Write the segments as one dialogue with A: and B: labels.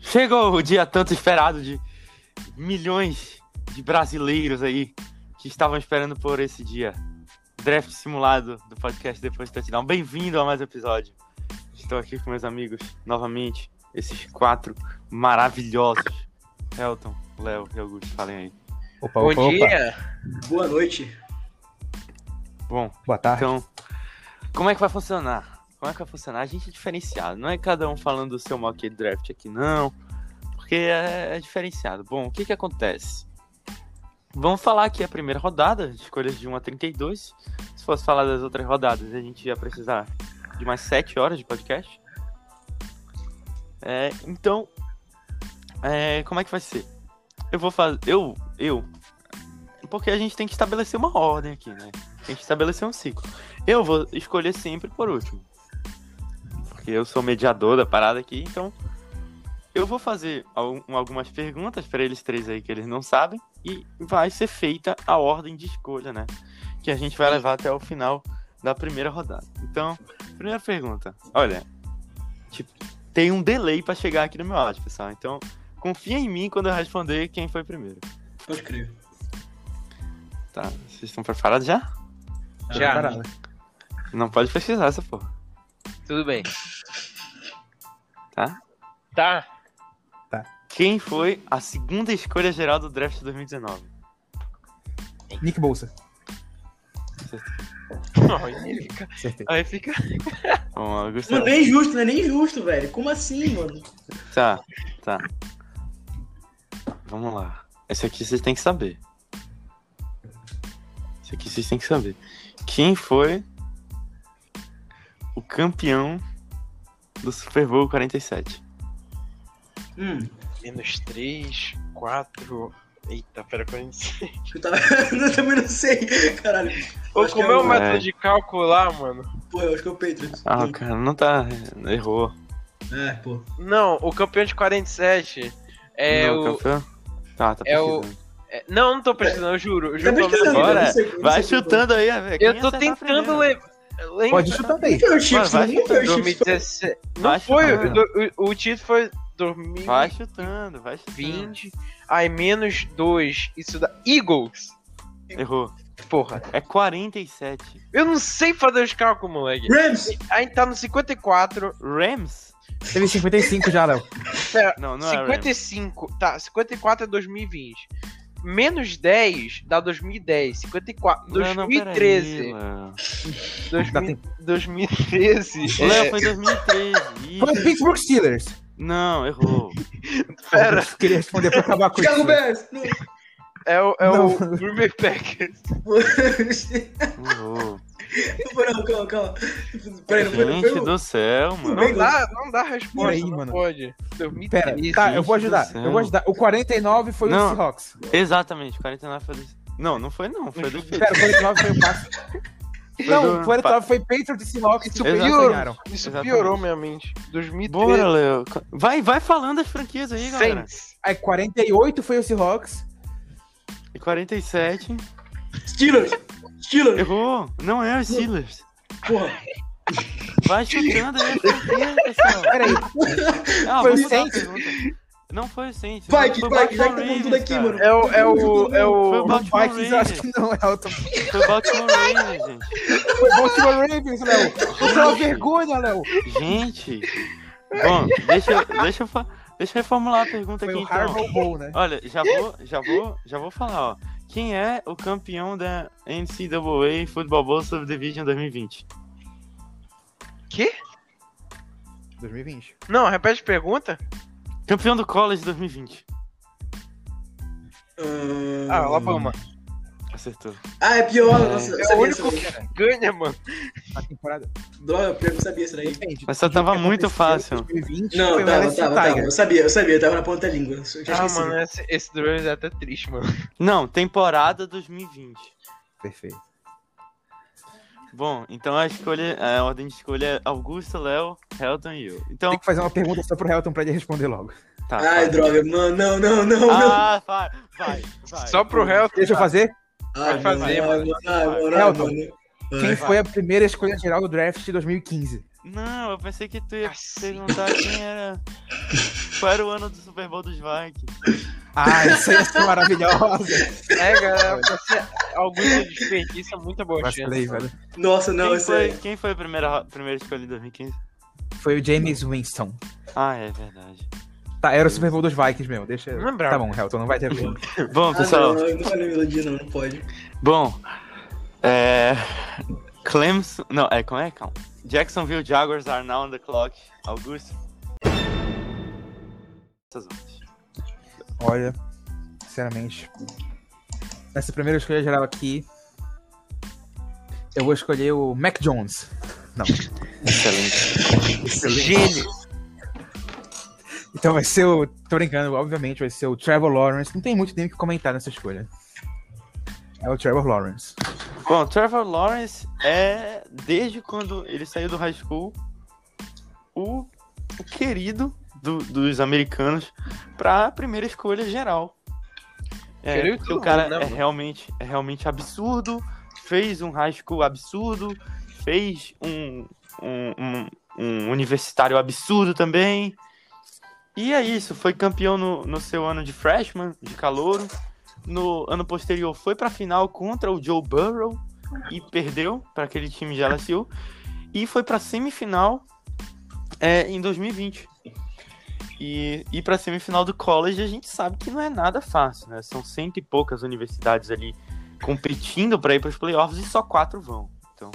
A: Chega o dia tanto esperado de milhões de brasileiros aí que estavam esperando por esse dia. Draft simulado do podcast Depois do Touchdown. Bem-vindo a mais um episódio. Estou aqui com meus amigos novamente, esses quatro maravilhosos. Elton, Léo e Augusto, falem aí.
B: Opa,
C: Bom
B: opa, opa.
C: dia!
D: Boa noite.
A: Bom,
B: Boa tarde.
A: então, como é que vai funcionar? Como é que vai funcionar? A gente é diferenciado. Não é cada um falando do seu mock draft aqui, não. Porque é, é diferenciado. Bom, o que que acontece? Vamos falar aqui a primeira rodada, de escolhas de 1 a 32. Se fosse falar das outras rodadas, a gente ia precisar de mais 7 horas de podcast. É, então, é, como é que vai ser? Eu vou fazer. Eu. Eu. Porque a gente tem que estabelecer uma ordem aqui, né? Tem que estabelecer um ciclo. Eu vou escolher sempre por último. Porque eu sou mediador da parada aqui, então eu vou fazer al- algumas perguntas para eles três aí que eles não sabem e vai ser feita a ordem de escolha, né? Que a gente vai levar até o final da primeira rodada. Então, primeira pergunta. Olha, tipo, tem um delay para chegar aqui no meu áudio, pessoal. Então, confia em mim quando eu responder quem foi primeiro.
D: Pode crer.
A: Tá, vocês estão preparados já?
C: Já,
B: Parada.
A: Não pode pesquisar essa porra.
C: tudo bem.
A: Tá?
C: Tá,
A: Quem foi a segunda escolha geral do draft 2019?
B: Nick Bolsa. Acertei.
C: aí fica.
A: Bom, Augusto.
D: Mano, nem justo, não é nem justo, velho. Como assim, mano?
A: Tá, tá. Vamos lá. Esse aqui vocês têm que saber. Esse aqui vocês têm que saber. Quem foi o campeão do Super Bowl 47?
D: Hum,
E: Menos 3, 4. Eita, pera, 46.
D: eu, tava... eu também não sei, caralho. Eu
E: Ô,
D: acho que
E: como é
D: é
E: o
D: o-
E: método de calcular, mano?
D: Pô, eu acho que é o Patriots.
A: Ah,
D: Hum.
A: cara, não tá. Errou.
D: É, pô.
E: Não, o campeão de 47 é
A: não,
E: o.
A: campeão? Tá, tá
E: é o-
A: pesquisando.
E: é- Não, não tô precisando, eu juro. Eu
D: Tá
E: juro pelo
D: pesquisando,
E: menos.
A: agora,
D: eu não sei- eu não
A: Vai
D: sei-
A: chutando aí, velho.
E: Eu tô tentando le- lembrar.
B: Pode chutar bem.
D: Quem foi o
A: Mano,
D: Chiefs?
A: vai
D: Ninguém foi o Chiefs.
E: 2017.
A: Vai
E: Não foi,
A: chutando.
E: o, do- o, o título foi
A: Vai chutando, vai chutando.
E: 2020. Aí, menos 2. Isso dá. Eagles!
A: Errou.
E: Porra.
A: É 47.
E: Eu não sei fazer os cálculos, moleque.
D: Rams!
E: Aí tá no 54.
A: Rams?
B: Teve 55 já, Léo.
E: Pera,
A: Não, não é Rams.
E: 55, tá, 54 é 2020. Menos 10 dá 2010, 54,
A: Não, não, peraí,
E: 2013.
A: Léo.
E: 2000 2013.
A: Léo,
E: é,
A: foi 2013.
B: Foi
A: Ih,
B: Pittsburgh Steelers.
A: Não, errou.
E: Pera,
B: Eu queria responder pra acabar com
D: Chicago
B: isso.
D: Bears! Não.
E: é o, é o
B: Não.
E: Green Bay Packers.
D: Não
A: Errou.
D: foi não, calma, calma. Peraí, não foi não. Foi
A: Gente
D: não.
A: do céu, mano.
D: Bem,
E: Não dá, não dá resposta,
B: Peraí,
E: não
B: mano.
E: pode.
B: Pera,
E: 2013.
B: tá, eu vou
A: Gente
B: ajudar.
A: do céu.
B: Eu vou ajudar. O 49 foi
A: Não.
B: o Seahawks.
A: Exatamente, 49 foi do... Não, não foi não, foi do
B: Pera, o 49 foi o Passo. Não, o
A: do-
B: 49 foi Patriots e Seahawks.
E: Isso
B: Eles
A: piorou.
B: ganharam.
E: Isso
A: Exatamente.
E: piorou minha mente. 2013.
A: Bora, Léo. Vai, vai falando as franquias aí, galera.
E: Saints.
B: Aí 48 foi o Seahawks.
A: E 47.
D: Steelers! Steelers!
A: Errou. Não é os Steelers.
D: Porra!
A: Vai chutando aí as franquias, pessoal.
B: Peraí,
A: Ah,
B: Foi
A: vou mudar
B: o
A: a
B: Saints?
A: pergunta. Não foi o Saints.
D: Vai,
A: foi o
D: vai, já que
A: Baltimore
D: tá com tudo
A: Ravens,
D: aqui,
A: cara.
D: mano.
E: É o. É o. É
A: Foi o
E: o.
A: Baltimore
B: Vikings eu acho
A: Ravens.
B: que não, Elton.
A: Foi o Baltimore Ravens, gente.
B: Foi Baltimore Ravens, Léo. Você é uma vergonha, Léo.
A: Gente! Bom, deixa, eu- deixa, eu, fa- deixa eu reformular a pergunta
B: Foi
A: aqui
B: o
A: então.
B: Harbaugh Bowl, né?
A: Olha, já vou, já vou, já vou falar, ó. Quem é o campeão da NCAA Football Bowl Subdivision 2020?
E: Quê?
B: 2020.
E: Não, repete a pergunta.
A: Campeão do College 2020.
D: Hum.
E: Ah, Alabama.
A: Acertou.
D: Ah, é pior. Nossa, eu
E: É o
D: sabia
E: único
D: essa daí.
E: que ganha, mano.
B: A temporada.
D: Droga, eu não sabia essa daí.
B: Depende.
A: Mas só tava
B: Do que
A: muito
B: aconteceu em
A: fácil.
B: 2020
D: Não,
B: foi o
D: tava,
B: LSU
D: tava, tava.
B: Tiger.
D: Eu sabia, eu sabia, tava na ponta da língua. Eu tinha
E: Ah,
D: esquecido.
E: mano, esse, esse Dragons é até triste, mano.
A: Não, temporada 2020.
B: Perfeito.
A: Bom, então a escolha, a ordem de escolha é Augusto, Léo, Helton e eu. Então,
B: Tem que fazer uma pergunta só pro Helton pra ele responder logo.
A: tá.
D: Ai,
A: vai.
D: droga, mano, não, não, não, não.
A: Ah, vai, vai, vai.
E: Só pro réu.
B: Deixa eu fazer.
D: Ai,
E: vai fazer,
D: Ah, mano,
E: mano.
D: ai, mano, ai, mano,
B: Elton,
D: ai, mano.
B: Quem foi a primeira escolha geral do draft de 2015?
A: Não, eu pensei que tu ia
E: Cacete.
A: perguntar quem era. Qual era o ano do Super Bowl dos Vikings?
B: Ah, isso ia ser maravilhosa.
E: É, galera, você, alguns desperdiça é muita boa
B: Mas
E: chance.
B: peraí, velho.
D: Nossa, não,
A: quem,
D: isso
A: foi,
D: é.
A: quem foi a primeira, primeira escolha em 2015?
B: Foi o James Winston.
A: Ah, é verdade.
B: Tá, era o Super Bowl dos Vikings mesmo. Deixa eu.
E: Não lembrava.
B: Tá bom, Helton, não vai ter vez.
A: Bom,
D: Ah, não,
A: pessoal.
D: não, eu não falei melodia, não, não pode.
A: Bom. É. Clemson. Não, é como é? Calma. Jacksonville Jaguars are now on the clock. Augusto. Essas ondas.
B: Olha, sinceramente. Nessa primeira escolha geral aqui. Eu vou escolher o Mac Jones. Não.
A: Excelente.
E: Gênio.
B: Então vai ser o. Tô brincando, obviamente, vai ser o Trevor Lawrence. Não tem muito nem o que comentar nessa escolha. É o Trevor Lawrence.
A: Bom, Trevor Lawrence é, desde quando ele saiu do high school, o, o querido do- dos americanos para a primeira escolha geral. É,
E: Querido
A: porque o
E: não,
A: cara
E: né,
A: é,
E: mano?
A: realmente, é realmente absurdo, fez um high school absurdo, fez um, um, um- um universitário absurdo também. E é isso, foi campeão no, no seu ano de freshman, de calouro. No ano posterior foi pra final contra o Joe Burrow e perdeu para aquele time de LSU. E foi pra semifinal é, em 2020. E ir pra semifinal do college a gente sabe que não é nada fácil, né? São cento e poucas universidades ali competindo pra ir pros playoffs e só quatro vão. Então.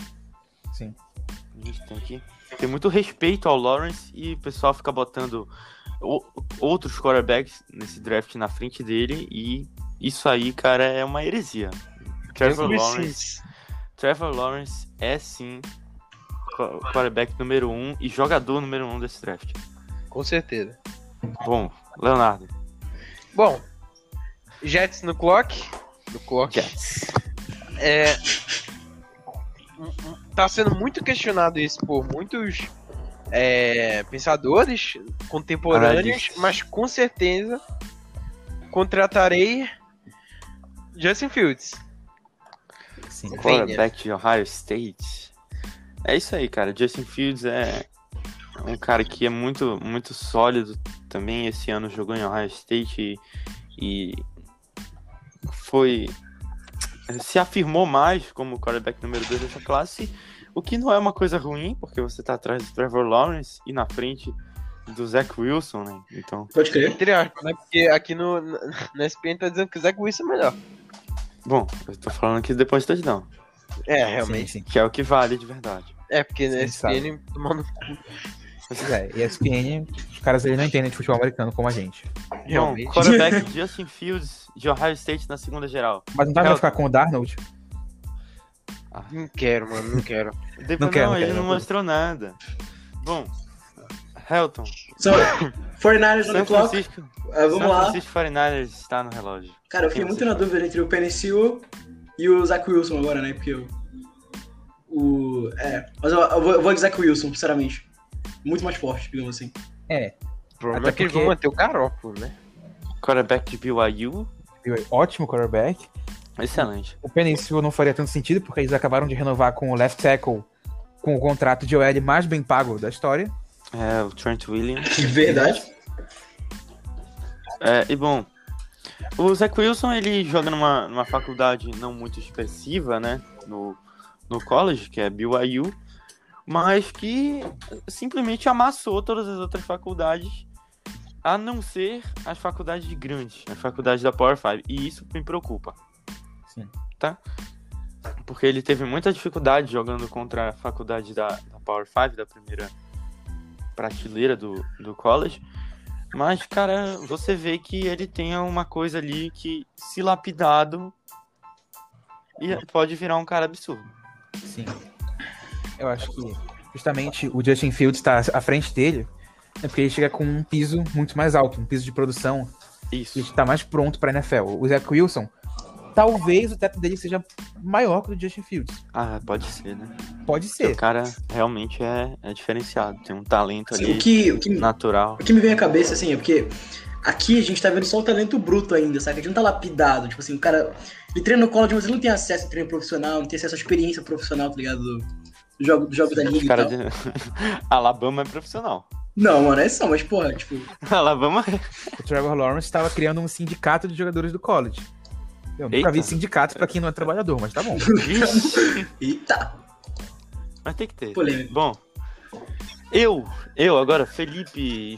B: Sim.
A: A gente tem que ter muito respeito ao Lawrence e o pessoal fica botando o- outros quarterbacks nesse draft na frente dele e isso aí, cara, é uma heresia. Trevor Lawrence, Trevor Lawrence é sim qu- quarterback número um e jogador número um desse draft.
E: Com certeza.
A: Bom, Leonardo.
E: Bom, Jets no clock. No clock. É, tá sendo muito questionado isso por muitos é, pensadores contemporâneos,
A: Analistas.
E: mas com certeza contratarei Justin Fields.
B: Sim.
A: Quarterback de Ohio State. É isso aí, cara. Justin Fields é um cara que é muito, muito sólido também. Esse ano jogou em Ohio State e, e foi. Se afirmou mais como quarterback número 2 dessa classe, o que não é uma coisa ruim, porque você tá atrás do Trevor Lawrence e na frente do Zach Wilson, né? Então.
D: Pode crer.
E: Entre aspas, né? Porque aqui no, no, no SPN tá dizendo que o Zach Wilson é melhor.
A: Bom, eu tô falando que depois de touchdown,
E: É,
B: Sim,
A: que é o que vale de verdade.
E: É, porque no
B: Sim,
E: SPN tomando.
B: sim. É, ESPN, os caras eles não entendem de futebol americano como a gente.
A: Bom,
E: Realmente.
A: quarterback Justin Fields de Ohio State na segunda geral.
B: Mas não dá pra ficar com o Darnold.
E: Não quero, mano, não quero.
A: Depois,
B: Não
A: não,
B: quero, não
A: ele
B: quero,
A: não
B: não.
A: mostrou nada. Bom, Helton,
D: Só. Fornalhas on the
A: São
D: clock.
A: Francisco,
D: Ah,
A: São
D: vamos lá.
A: Francisco 49ers está no relógio.
D: Cara, eu fiquei
A: Quem
D: muito
A: você
D: na
A: escolhe?
D: dúvida entre o Penicil e o Zach Wilson agora, né? Porque eu. O. É. Mas eu, eu vou, eu vou de Zach Wilson, sinceramente. Muito mais forte, digamos assim.
B: É,
E: O problema
B: Até
E: é que eles
B: porque-
E: vão manter o garópolo, né?
A: Quarterback de BYU,
B: viu? é ótimo quarterback.
A: excelente.
B: O Penicil não faria tanto sentido, porque eles acabaram de renovar com o left tackle com o contrato de OL mais bem pago da história.
A: É, o Trent Williams.
D: De verdade.
A: É, e bom, o Zach Wilson, ele joga numa, numa faculdade não muito expressiva, né? No, no college, que é BYU, mas que simplesmente amassou todas as outras faculdades, a não ser as faculdades grandes, as faculdades da Power 5. E isso me preocupa.
B: Sim.
A: Tá? Porque ele teve muita dificuldade jogando contra a faculdade da, da Power 5, da primeira prateleira do, do college. Mas, cara, você vê que ele tem uma coisa ali que, se lapidado, e pode virar um cara absurdo.
B: Sim. Eu acho que justamente o Justin Fields está à frente dele, é porque ele chega com um piso muito mais alto, um piso de produção que
A: Isso.
B: está mais pronto para NFL. O Zach Wilson, talvez o teto dele seja maior que o do Justin Fields.
A: Ah, pode ser, né?
B: Pode
A: Porque
D: É.
B: ser.
A: O cara realmente é, é diferenciado, tem um talento
D: Assim,
A: ali
D: o, que, o, que,
A: natural.
D: o que me vem à cabeça, assim, é porque aqui a gente tá vendo só o talento bruto ainda, saca? A gente não tá lapidado. Tipo assim, o cara. Ele treina no college, mas ele não tem acesso ao treino profissional, não tem acesso à experiência profissional, tá ligado? Do, dos jogo- dos jogos da liga
A: Os
D: e tal.
A: caras de... Alabama é profissional.
D: Não, mano, é só, mas porra, tipo,
A: Alabama é
B: O Trevor Lawrence estava criando um sindicato de jogadores do college. Eu nunca
A: Eita.
B: vi sindicato pra quem não é trabalhador, mas tá bom.
A: Ixi,
D: eita,
A: Mas tem que ter.
D: tá, polêmico.
A: Bom, eu, eu agora, Felipe,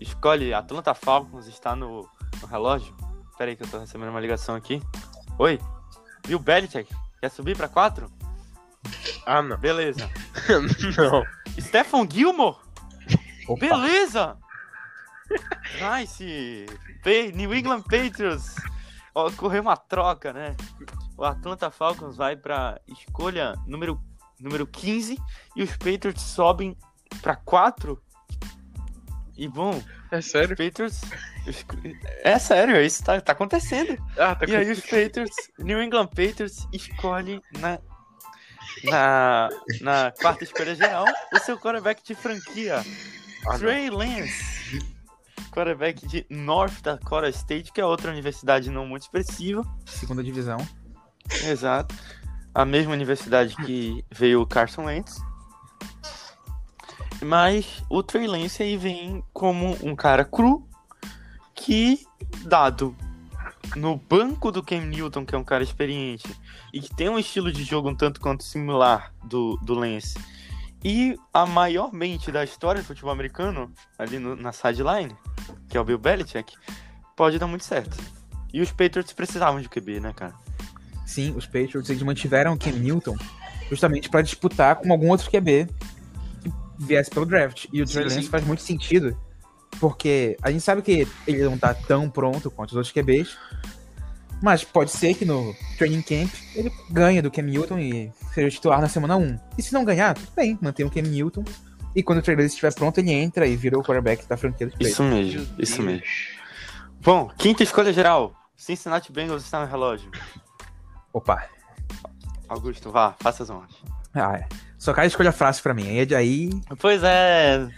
A: escolhe Atlanta Falcons, está no, no relógio. Pera aí que eu tô recebendo uma ligação aqui. Oi, Bill Belichick, quer subir pra 4?
E: Ah, não.
A: Beleza.
E: Não.
A: Stefan Gilmore,
B: Opa,
A: beleza. Nice. Pa- New England Patriots. Ó, Ocorreu uma troca, né? O Atlanta Falcons vai pra escolha número, número 15 e os Patriots sobem pra 4. E bom,
E: É
A: os
E: sério?
A: Patriots. os- É sério, isso tá, tá acontecendo.
E: Ah, tá
A: E aí os Patriots, New England Patriots escolhe na, na, na quarta escolha geral o seu quarterback de franquia,
E: Ah, não.
A: Trey Lance. Quarterback de North Dakota State, que é outra universidade não muito expressiva.
B: segunda divisão.
A: Exato. A mesma universidade que veio o Carson Wentz. Mas o Trey Lance aí vem como um cara cru que, dado no banco do Cam Newton, que é um cara experiente e que tem um estilo de jogo um tanto quanto similar do, do Lance, e a maior mente da história do futebol americano, ali no- na sideline, que é o Bill Belichick, pode dar muito certo. E os Patriots precisavam de QB, né, cara?
B: Sim, os Patriots eles mantiveram o Cam Newton justamente pra disputar com algum outro QB que viesse pelo draft. E o Trey
D: Sim,
B: Lance
D: sim.
B: faz muito sentido, porque a gente sabe que ele não tá tão pronto quanto os outros QBs, mas pode ser que no training camp ele ganhe do Cam Newton e seja o titular na semana 1. E se não ganhar, tudo bem, mantém o Cam Newton. E quando o Trey Lance estiver pronto, ele entra e vira o quarterback da franquia dos Patriots.
A: Isso mesmo, isso mesmo. Bom, quinta escolha geral. Cincinnati Bengals está no relógio.
B: Opa,
A: Augusto, vá, faça as honras.
B: ah, é. só cai escolha fácil pra mim. Aí é de aí
A: Pois é.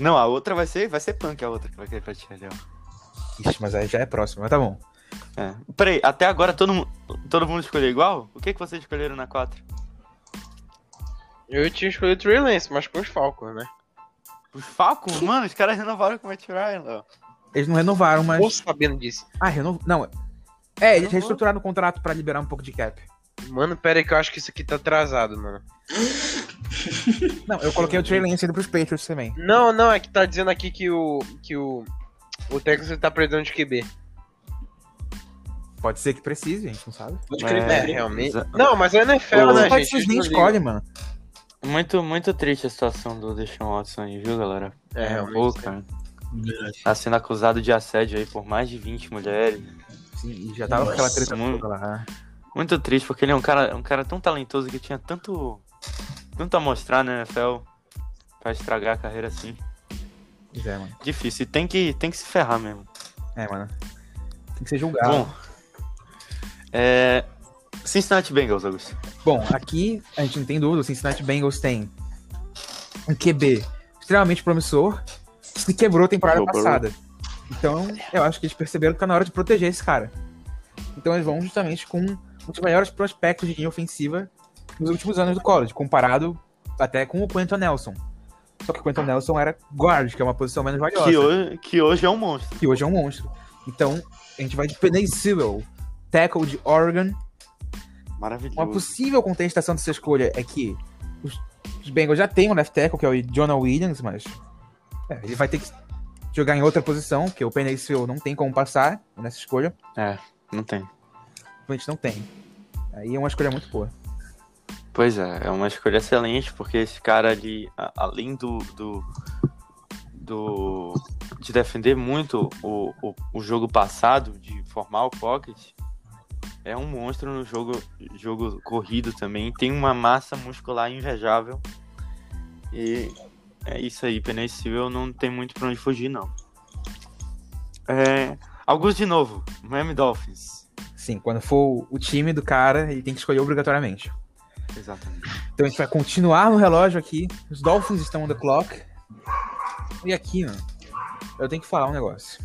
A: Não, a outra vai ser, vai ser punk a outra que vai cair pra ti, Ariel.
B: Ixi, mas aí já é próximo, mas tá bom.
A: É. Peraí, até agora todo, mu- todo mundo escolheu igual? O que, que vocês escolheram na 4?
E: Eu tinha escolhido o Trey Lance, mas com os Falcons, né?
A: Os Falcons? Mano, os caras renovaram com o Matt Ryan, ó.
B: Eles não renovaram, mas.
E: Ou sabendo disso.
B: Ah, renovou. Não. É, eles
A: Renovou?
B: reestruturaram o contrato pra liberar um pouco de cap.
E: Mano, pera aí que eu acho que isso aqui tá atrasado, mano.
B: Não, eu coloquei o Trey Lance indo pros Patriots também.
E: Não, não, é que tá dizendo aqui que o. que o. O Texas tá perdendo de QB.
B: Pode ser que precise, a gente não sabe.
D: Pode
A: É,
D: crer,
E: É,
D: pode crer.
E: realmente.
A: exa-
E: Não, mas é NFL,
A: Pô,
B: Mas
E: né,
B: pode
E: gente?
B: vocês nem
E: Eles não
B: escolhem, mano.
A: Muito, muito triste a situação do Deshaun Watson aí, viu, galera?
E: ligam. É,
A: Pô,
E: realmente.
A: cara. Tá sendo acusado de assédio aí por mais de 20 mulheres.
B: Sim, e já tava com aquela treta
A: Nossa,
B: toda lá.
A: Muito triste, porque ele é um cara, um cara tão talentoso que tinha tanto, tanto a mostrar na NFL pra estragar a carreira assim.
B: Pois é, mano.
A: Difícil, e tem que, tem que se ferrar mesmo.
B: É, mano. Tem que ser julgado.
A: Bom, é, Cincinnati Bengals, Augusto.
B: Bom, aqui a gente não tem dúvida, o Cincinnati Bengals tem um QB extremamente promissor, se quebrou a temporada
A: Quebrou.
B: passada. Então, eu acho que eles perceberam que tá na hora de proteger esse cara. Então eles vão justamente com um dos maiores prospectos de linha ofensiva nos últimos anos do college, comparado até com o Quentin Nelson. Só que o Quentin Nelson era guard, que é uma posição menos valiosa
A: Que hoje, que hoje é um monstro.
B: que hoje é um monstro. Então, a gente vai de Penny Sewell, tackle de Oregon. Uma
A: Maravilhoso.
B: possível contestação dessa escolha é que os, os Bengals já têm um left tackle, que é o Jonah Williams, mas é, ele vai ter que jogar em outra posição, porque o Penny Sewell não tem como passar nessa escolha.
A: Não tem.
B: A gente não tem. Aí é uma escolha muito boa.
A: Pois é, é uma escolha excelente, porque esse cara ali, a- além do. do, do- de defender muito o, o, o jogo passado, de formar o pocket, é um monstro no jogo, jogo corrido também. Tem uma massa muscular invejável. E é isso aí, Penicível não tem muito pra onde fugir, não. É, Augusto de novo, Miami Dolphins.
B: Sim, quando for o time do cara, ele tem que escolher obrigatoriamente.
A: Exatamente.
B: Então a gente vai continuar no relógio aqui. Os Dolphins estão on the clock. E aqui, mano, eu tenho que falar um negócio.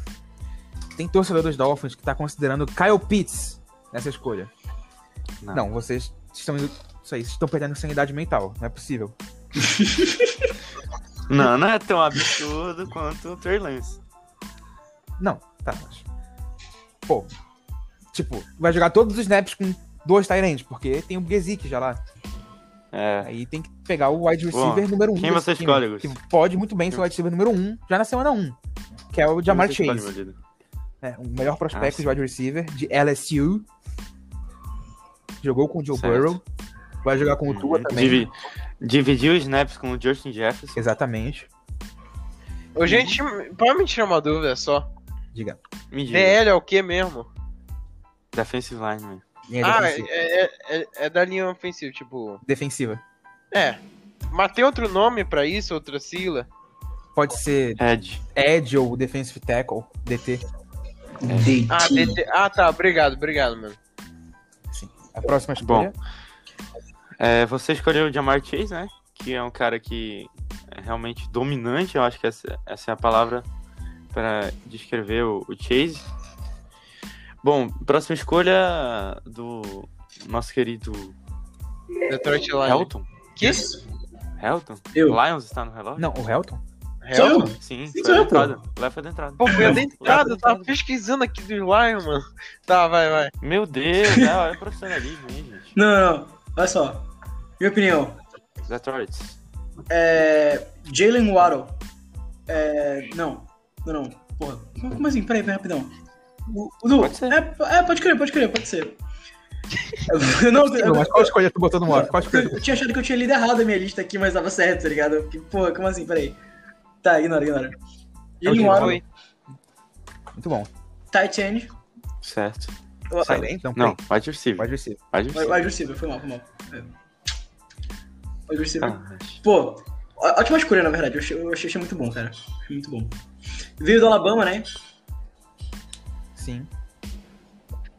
B: Tem torcedor dos Dolphins que tá considerando Kyle Pitts nessa escolha.
A: Não.
B: Não, vocês estão indo Isso aí, vocês estão perdendo sanidade mental. Não é possível.
A: Não, não é tão absurdo quanto o Trey Lance.
B: Não, tá, mas... Pô, tipo, vai jogar todos os snaps com dois Tyrants, porque tem o Gesick já lá.
A: É.
B: Aí tem que pegar o wide
A: Bom,
B: receiver número 1. Um
A: quem
B: desse
A: você
B: time,
A: escolhe, Gus?
B: Que pode muito bem ser o wide receiver número 1 um, já na semana 1, um, que é o Jamar
A: Você escolhe,
B: Chase.
A: meu líder.
B: né, o melhor prospecto
A: Ah, sim.
B: de wide receiver de LSU. Jogou com o Joe
A: Certo. Uhum.
B: Burrow. Vai jogar com o Tua também.
A: É, Divi- Dividiu os snaps com o Justin Jefferson.
B: Exatamente.
E: Ô, gente, pra me tirar uma dúvida só.
B: Diga.
A: Me diga.
E: DL é o que mesmo?
A: Defensive lineman.
B: Linha
E: ah,
B: defensiva.
E: é, é- é- é da linha ofensiva, tipo.
B: defensiva.
E: É. Mas tem outro nome pra isso, outra sigla?
B: Pode ser
A: Ed.
B: Edge ou Defensive Tackle, DT.
D: DT.
E: Ah, DT ah, tá, obrigado, obrigado, mano.
B: A próxima escolha.
A: É, você escolheu o Jamar Chase, né? Que é um cara que é realmente dominante, eu acho que essa, essa é a palavra para descrever o, o Chase. Bom, próxima escolha do nosso querido
E: Detroit Lions.
A: Helton.
E: Que?
A: Helton?
D: Eu.
A: Lions está no relógio?
B: Não, o Helton?
D: Sou eu?
E: Helton?
A: Sim, foi
D: Sim,
A: a
D: sou eu, pô.
A: entrada. Lá foi a entrada.
E: Pô, foi a tá dentada, eu tava pesquisando aqui do Lions, mano. Tá, vai, vai.
A: Meu Deus, é, olha o profissionalismo, hein, gente?
D: Não, não, não. Olha só. Minha opinião.
A: Detroit.
D: É. Jalen Waddle. É. Não. Não, não. Porra. Como como assim? Peraí, peraí, rapidão. O, o Du.
A: Pode ser.
D: É, é, pode crer, pode crer, pode ser. Eu não, eu- um
B: Não, mas qual escolha tu botou no modo? Qual escolha?
D: eu tinha achado que eu tinha lido errado a minha lista aqui, mas tava certo, tá ligado? Eu fiquei, Porra, como assim? Peraí. Tá, ignora, ignora. Jalen
B: Jalen
D: Waddle,
B: Waddle. Muito bom.
D: tight end.
A: Certo.
D: Vai,
B: Excelente. Não,
A: Não,
B: não.
A: wide receiver.
B: Pode Então, receiver.
A: Wide receiver.
D: vai, receiver, foi mal, foi mal. É. Wide receiver.
A: Ah,
D: Pô, ó- ótima escolha, na verdade. Eu achei, eu achei- achei muito bom, cara. Achei Muito bom. Veio do Alabama, né?
B: Sim.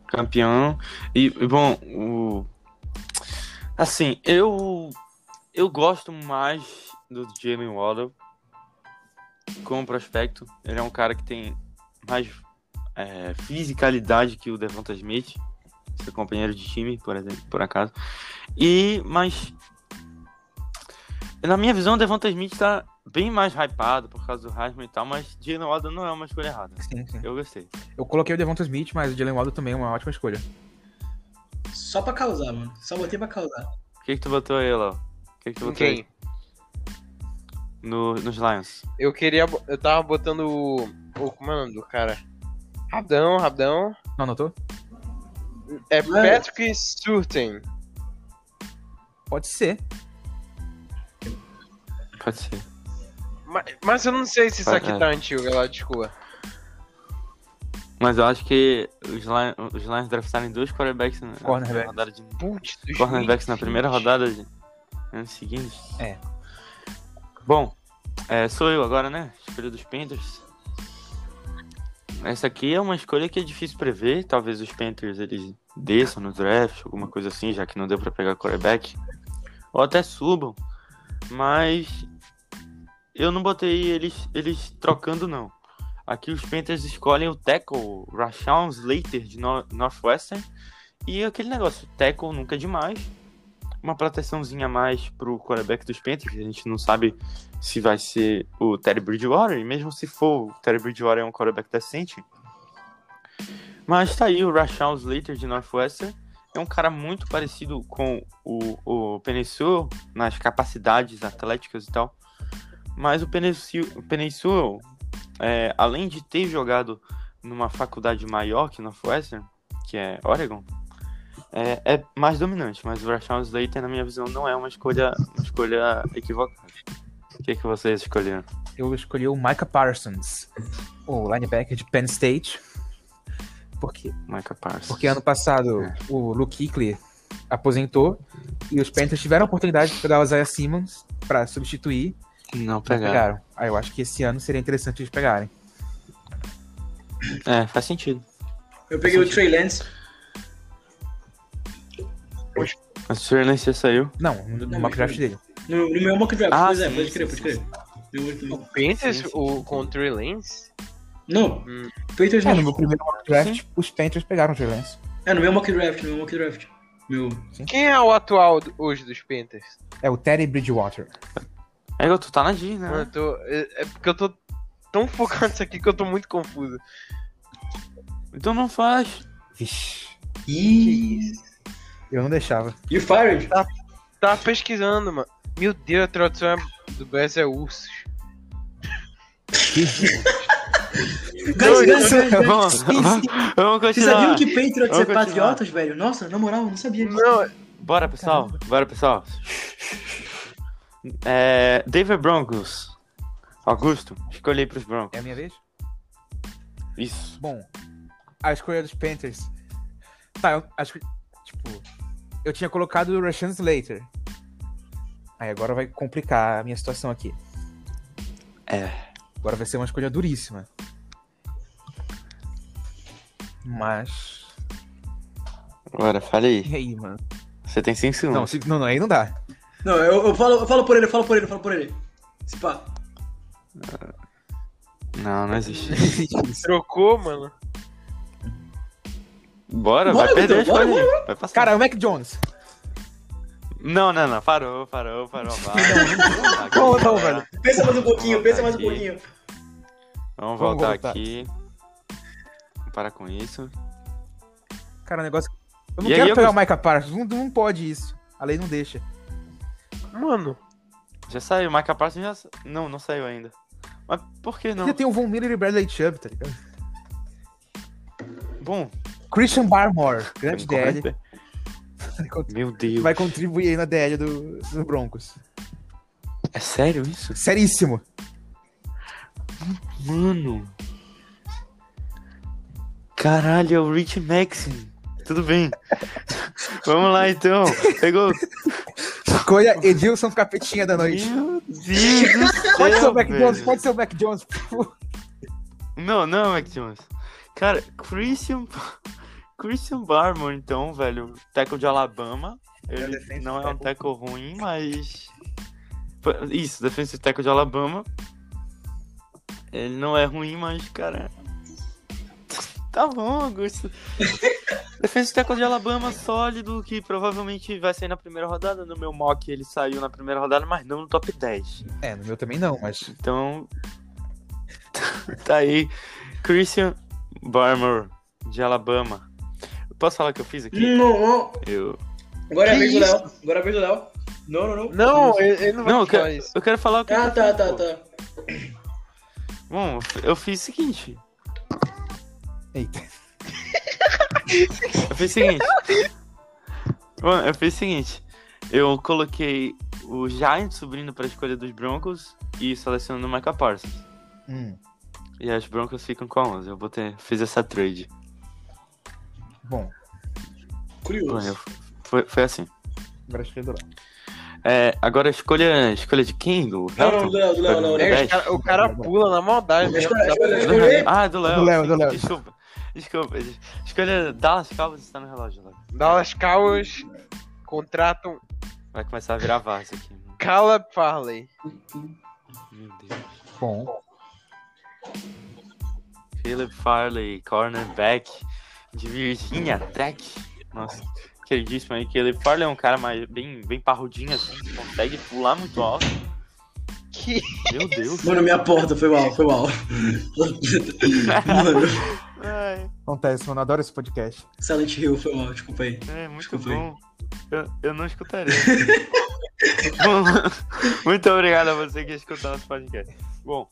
A: campeão. E, e, bom, o... assim, eu eu gosto mais do Jalen Waddle como prospecto. Ele é um cara que tem mais é, fisicalidade que o Devonta Smith, seu companheiro de time, por exemplo, por acaso. E, mas na minha visão, o Devonta Smith tá bem mais hypado por causa do Heisman e tal, mas Jalen Waddle não é uma escolha errada.
B: Sim, sim.
A: Eu gostei.
B: Eu coloquei o Devonta Smith, mas o Jalen Waddle também é uma ótima escolha.
D: Só pra causar, mano. Só botei pra causar.
A: O que que tu botou aí, Léo? O que que tu botou aí?
E: Quem?
A: No, nos Lions.
E: Eu queria. bo- Eu tava botando o. o como é o nome do cara? Rabdão, Rabdão.
B: Não anotou?
E: É
D: Mano.
E: Patrick Surtain.
B: Pode ser.
A: Pode ser.
E: Ma- Mas eu não sei se isso
A: Ah,
E: aqui
A: é.
E: tá antigo, galera, desculpa.
A: Mas eu acho que os Lions, os Lions draftaram dois quarterbacks na, na
B: Cornerbacks.
A: rodada de.
E: Putz, dos
A: Cornerbacks na primeira
E: 20.
A: rodada de anos seguintes.
B: É.
A: Bom, é, sou eu agora, né? Escolha dos Panthers. Essa aqui é uma escolha que é difícil prever. Talvez os Panthers eles desçam no draft, alguma coisa assim, já que não deu pra pegar quarterback. Ou até subam. Mas eu não botei eles, eles trocando, não. Aqui os Panthers escolhem o tackle Rashawn Slater de Nor- Northwestern. E aquele negócio, tackle nunca é demais. Uma proteçãozinha a mais pro quarterback dos Panthers. A gente não sabe se vai ser o Terry Bridgewater. E mesmo se for, o Terry Bridgewater é um quarterback decente. Mas tá aí o Rashawn Slater de Northwestern. É um cara muito parecido com o, o Penicil nas capacidades atléticas e tal. Mas o Penicil, o Penicil é, além de ter jogado numa faculdade maior que Northwestern, que é Oregon, é, é mais dominante, mas o Rashawn Slater, na minha visão, não é uma escolha, uma escolha equivocada. O que, que vocês escolheram?
B: eu escolhi o Micah Parsons, o linebacker de Penn State. Por quê?
A: Micah Parsons.
B: Porque ano passado o Luke Kuechly aposentou e os Panthers tiveram a oportunidade de pegar o Isaiah Simmons pra substituir.
A: Não
B: Não tá
A: pegaram.
B: pegaram. Aí eu acho que esse ano seria interessante eles pegarem.
A: É, faz sentido.
D: Eu peguei o Trey Lance.
A: A Surnance já saiu.
B: Não, no,
D: Não,
B: no mock
D: mas
B: draft
D: foi-
B: dele.
D: No, no meu mock draft,
A: Ah,
D: pois é,
A: sim,
D: pode crer,
A: sim,
D: pode crer. No meu
E: O
D: outro-
E: Panthers,
A: Sim, sim,
E: o
A: sim.
E: contra o Lance?
D: Não,
E: Hum.
D: Panthers
A: Ah,
B: É, no
D: não.
B: meu primeiro mock draft, os Panthers pegaram o Trey Lance.
D: É, no meu mock draft, no meu mock draft. Meu.
E: Quem é o atual do- hoje dos Panthers?
B: É o Terry Bridgewater.
A: É, tu tá na Disney, né?
E: Eu tô, é, é porque eu tô tão focado nisso aqui que eu tô muito confuso.
A: Então não faz.
B: Vixe,
D: Ih.
B: eu não deixava.
D: E o Fired?
A: Tá
E: Tava Tá pesquisando, mano. Meu Deus, a tradução é- do Brasil é ursos.
D: Guys, guys, guys, guys.
A: né? Vamos,
D: Sim, sim.
A: vamos
D: Vocês
A: continuar.
D: sabiam que Patriots
A: Vamos
D: é
A: continuar.
D: patriotas, velho? Nossa, na moral, eu não sabia disso.
E: Não,
A: Bora, pessoal. Bora, pessoal. É, David Broncos. Augusto, escolhi pros Broncos.
B: É a minha vez?
A: Isso.
B: Bom, a escolha dos Panthers. Tá, eu acho que. Tipo, eu tinha colocado o Russian Slater. Aí agora vai complicar a minha situação aqui.
A: É.
B: Agora vai ser uma escolha duríssima. Mas.
A: Bora, fala aí.
B: E aí, mano?
A: Você tem 5 segundos.
B: Não, se- não, não, aí não dá.
D: Não, eu, eu falo, eu falo por ele, eu falo por ele, eu falo por ele. Se pá.
A: Não, não existe.
E: trocou, mano.
A: Bora,
D: Bora,
A: vai perder a
D: Vitor, bora,
A: escolha. aí. Vai passar.
B: Cara, é o Mac Jones.
A: Não, não, não. Parou, parou, parou. Vai.
B: Não, não, velho.
D: Pensa mais um pouquinho, pensa mais um
A: Aqui.
D: pouquinho.
A: Então, Vamos
B: Vamos
A: voltar
B: voltar.
A: aqui. Para com isso.
B: Cara, o negócio. Eu não
A: E aí,
B: quero pegar
A: Augusto?
B: o Micah Parsons. Não, não pode isso. A lei não deixa.
E: Mano,
A: Já saiu, Micah Parsons já. sa- Não, não saiu ainda. Mas por que não?
B: Ainda tem o Von Miller e o Bradley Chubb, tá ligado?
A: Bom,
B: Christian Barmore,
A: vamos
B: grande DL.
A: converter. Meu
B: que
A: Deus.
B: vai contribuir aí na DL do, do Broncos.
A: É sério isso?
B: Seríssimo.
A: Mano. Caralho, é o Rich Maxim. Tudo bem. Vamos lá então. Pegou.
B: Escolha Edilson Capetinha da noite.
A: Meu Deus do céu.
B: Pode ser o Mac
A: velho.
B: Jones, pode ser o Mac Jones. por favor.
A: Não, não, Mac Jones. Cara, Christian. Christian Barmore, então, velho. Tackle de Alabama.
B: É
A: Ele
B: defensive
A: não é um
B: tackle.
A: tackle ruim, mas. Foi- Isso, defensive tackle de Alabama. Ele não é ruim, mas, cara. Tá bom, Augusto. defensive tackle de Alabama sólido, que provavelmente vai sair na primeira rodada. No meu mock ele saiu na primeira rodada, mas não no top 10.
B: É, no meu também não, mas.
A: Então, tá aí. Christian Barmer, de Alabama. Posso falar o que eu fiz aqui?
D: Não, não.
A: Eu...
D: Agora é a
E: Que
D: vez do
E: isso?
D: Léo. Agora é a vez do Léo. Não, não, não.
E: não, ele, ele não vai
A: Não, eu
E: falar
A: quero,
E: isso.
A: eu quero falar o que
D: Ah,
A: eu
D: tá,
A: fiz,
D: tá,
A: pô.
D: tá.
A: Bom, eu fiz o seguinte.
B: Eita.
A: Eu fiz o seguinte. Bom, eu fiz o seguinte. Eu coloquei o Giants subindo pra escolha dos Broncos e selecionando o Michael Parsons.
B: Hum,
A: E as Broncos ficam com a 11. Eu botei, fiz essa trade.
B: bom,
A: Bom, eu-
D: Curioso.
A: foi, foi assim.
B: agora acho que eu dou.
A: É, agora a escolha, a escolha de quem? Do
D: Não,
A: Helton?
D: não, do Léo, do Léo,
A: Foi
D: não,
A: no
D: não.
E: É,
A: 10?
E: os cara- o cara pula na maldade. né?
D: Escolha- escolha-
A: Do Léo. Ah, do Léo.
B: Do Léo,
A: sim,
B: do Léo.
A: Desculpa. Desculpa. des- Escolha Dallas Cowboys está no relógio, Léo.
E: Dallas Cowboys contratam
A: Vai começar a virar vaso aqui.
E: Caleb Farley.
A: Meu Deus.
B: Bom,
A: Philip Farley, cornerback de Virginia Tech. Nossa, queridíssimo aí. Philip Farley é um cara mais, bem, bem parrudinho, assim. que Consegue pular muito alto.
E: Que
A: Meu Deus.
D: Mano, minha porta foi mal, foi mal. Mano,
A: Ai,
B: acontece, mano. eu Adoro esse podcast.
D: Silent Hill foi mal, desculpa aí.
A: É muito
D: Desculpa aí.
A: bom. Eu, eu não escutarei. bom, muito obrigado a você que escutou nosso podcast. Bom,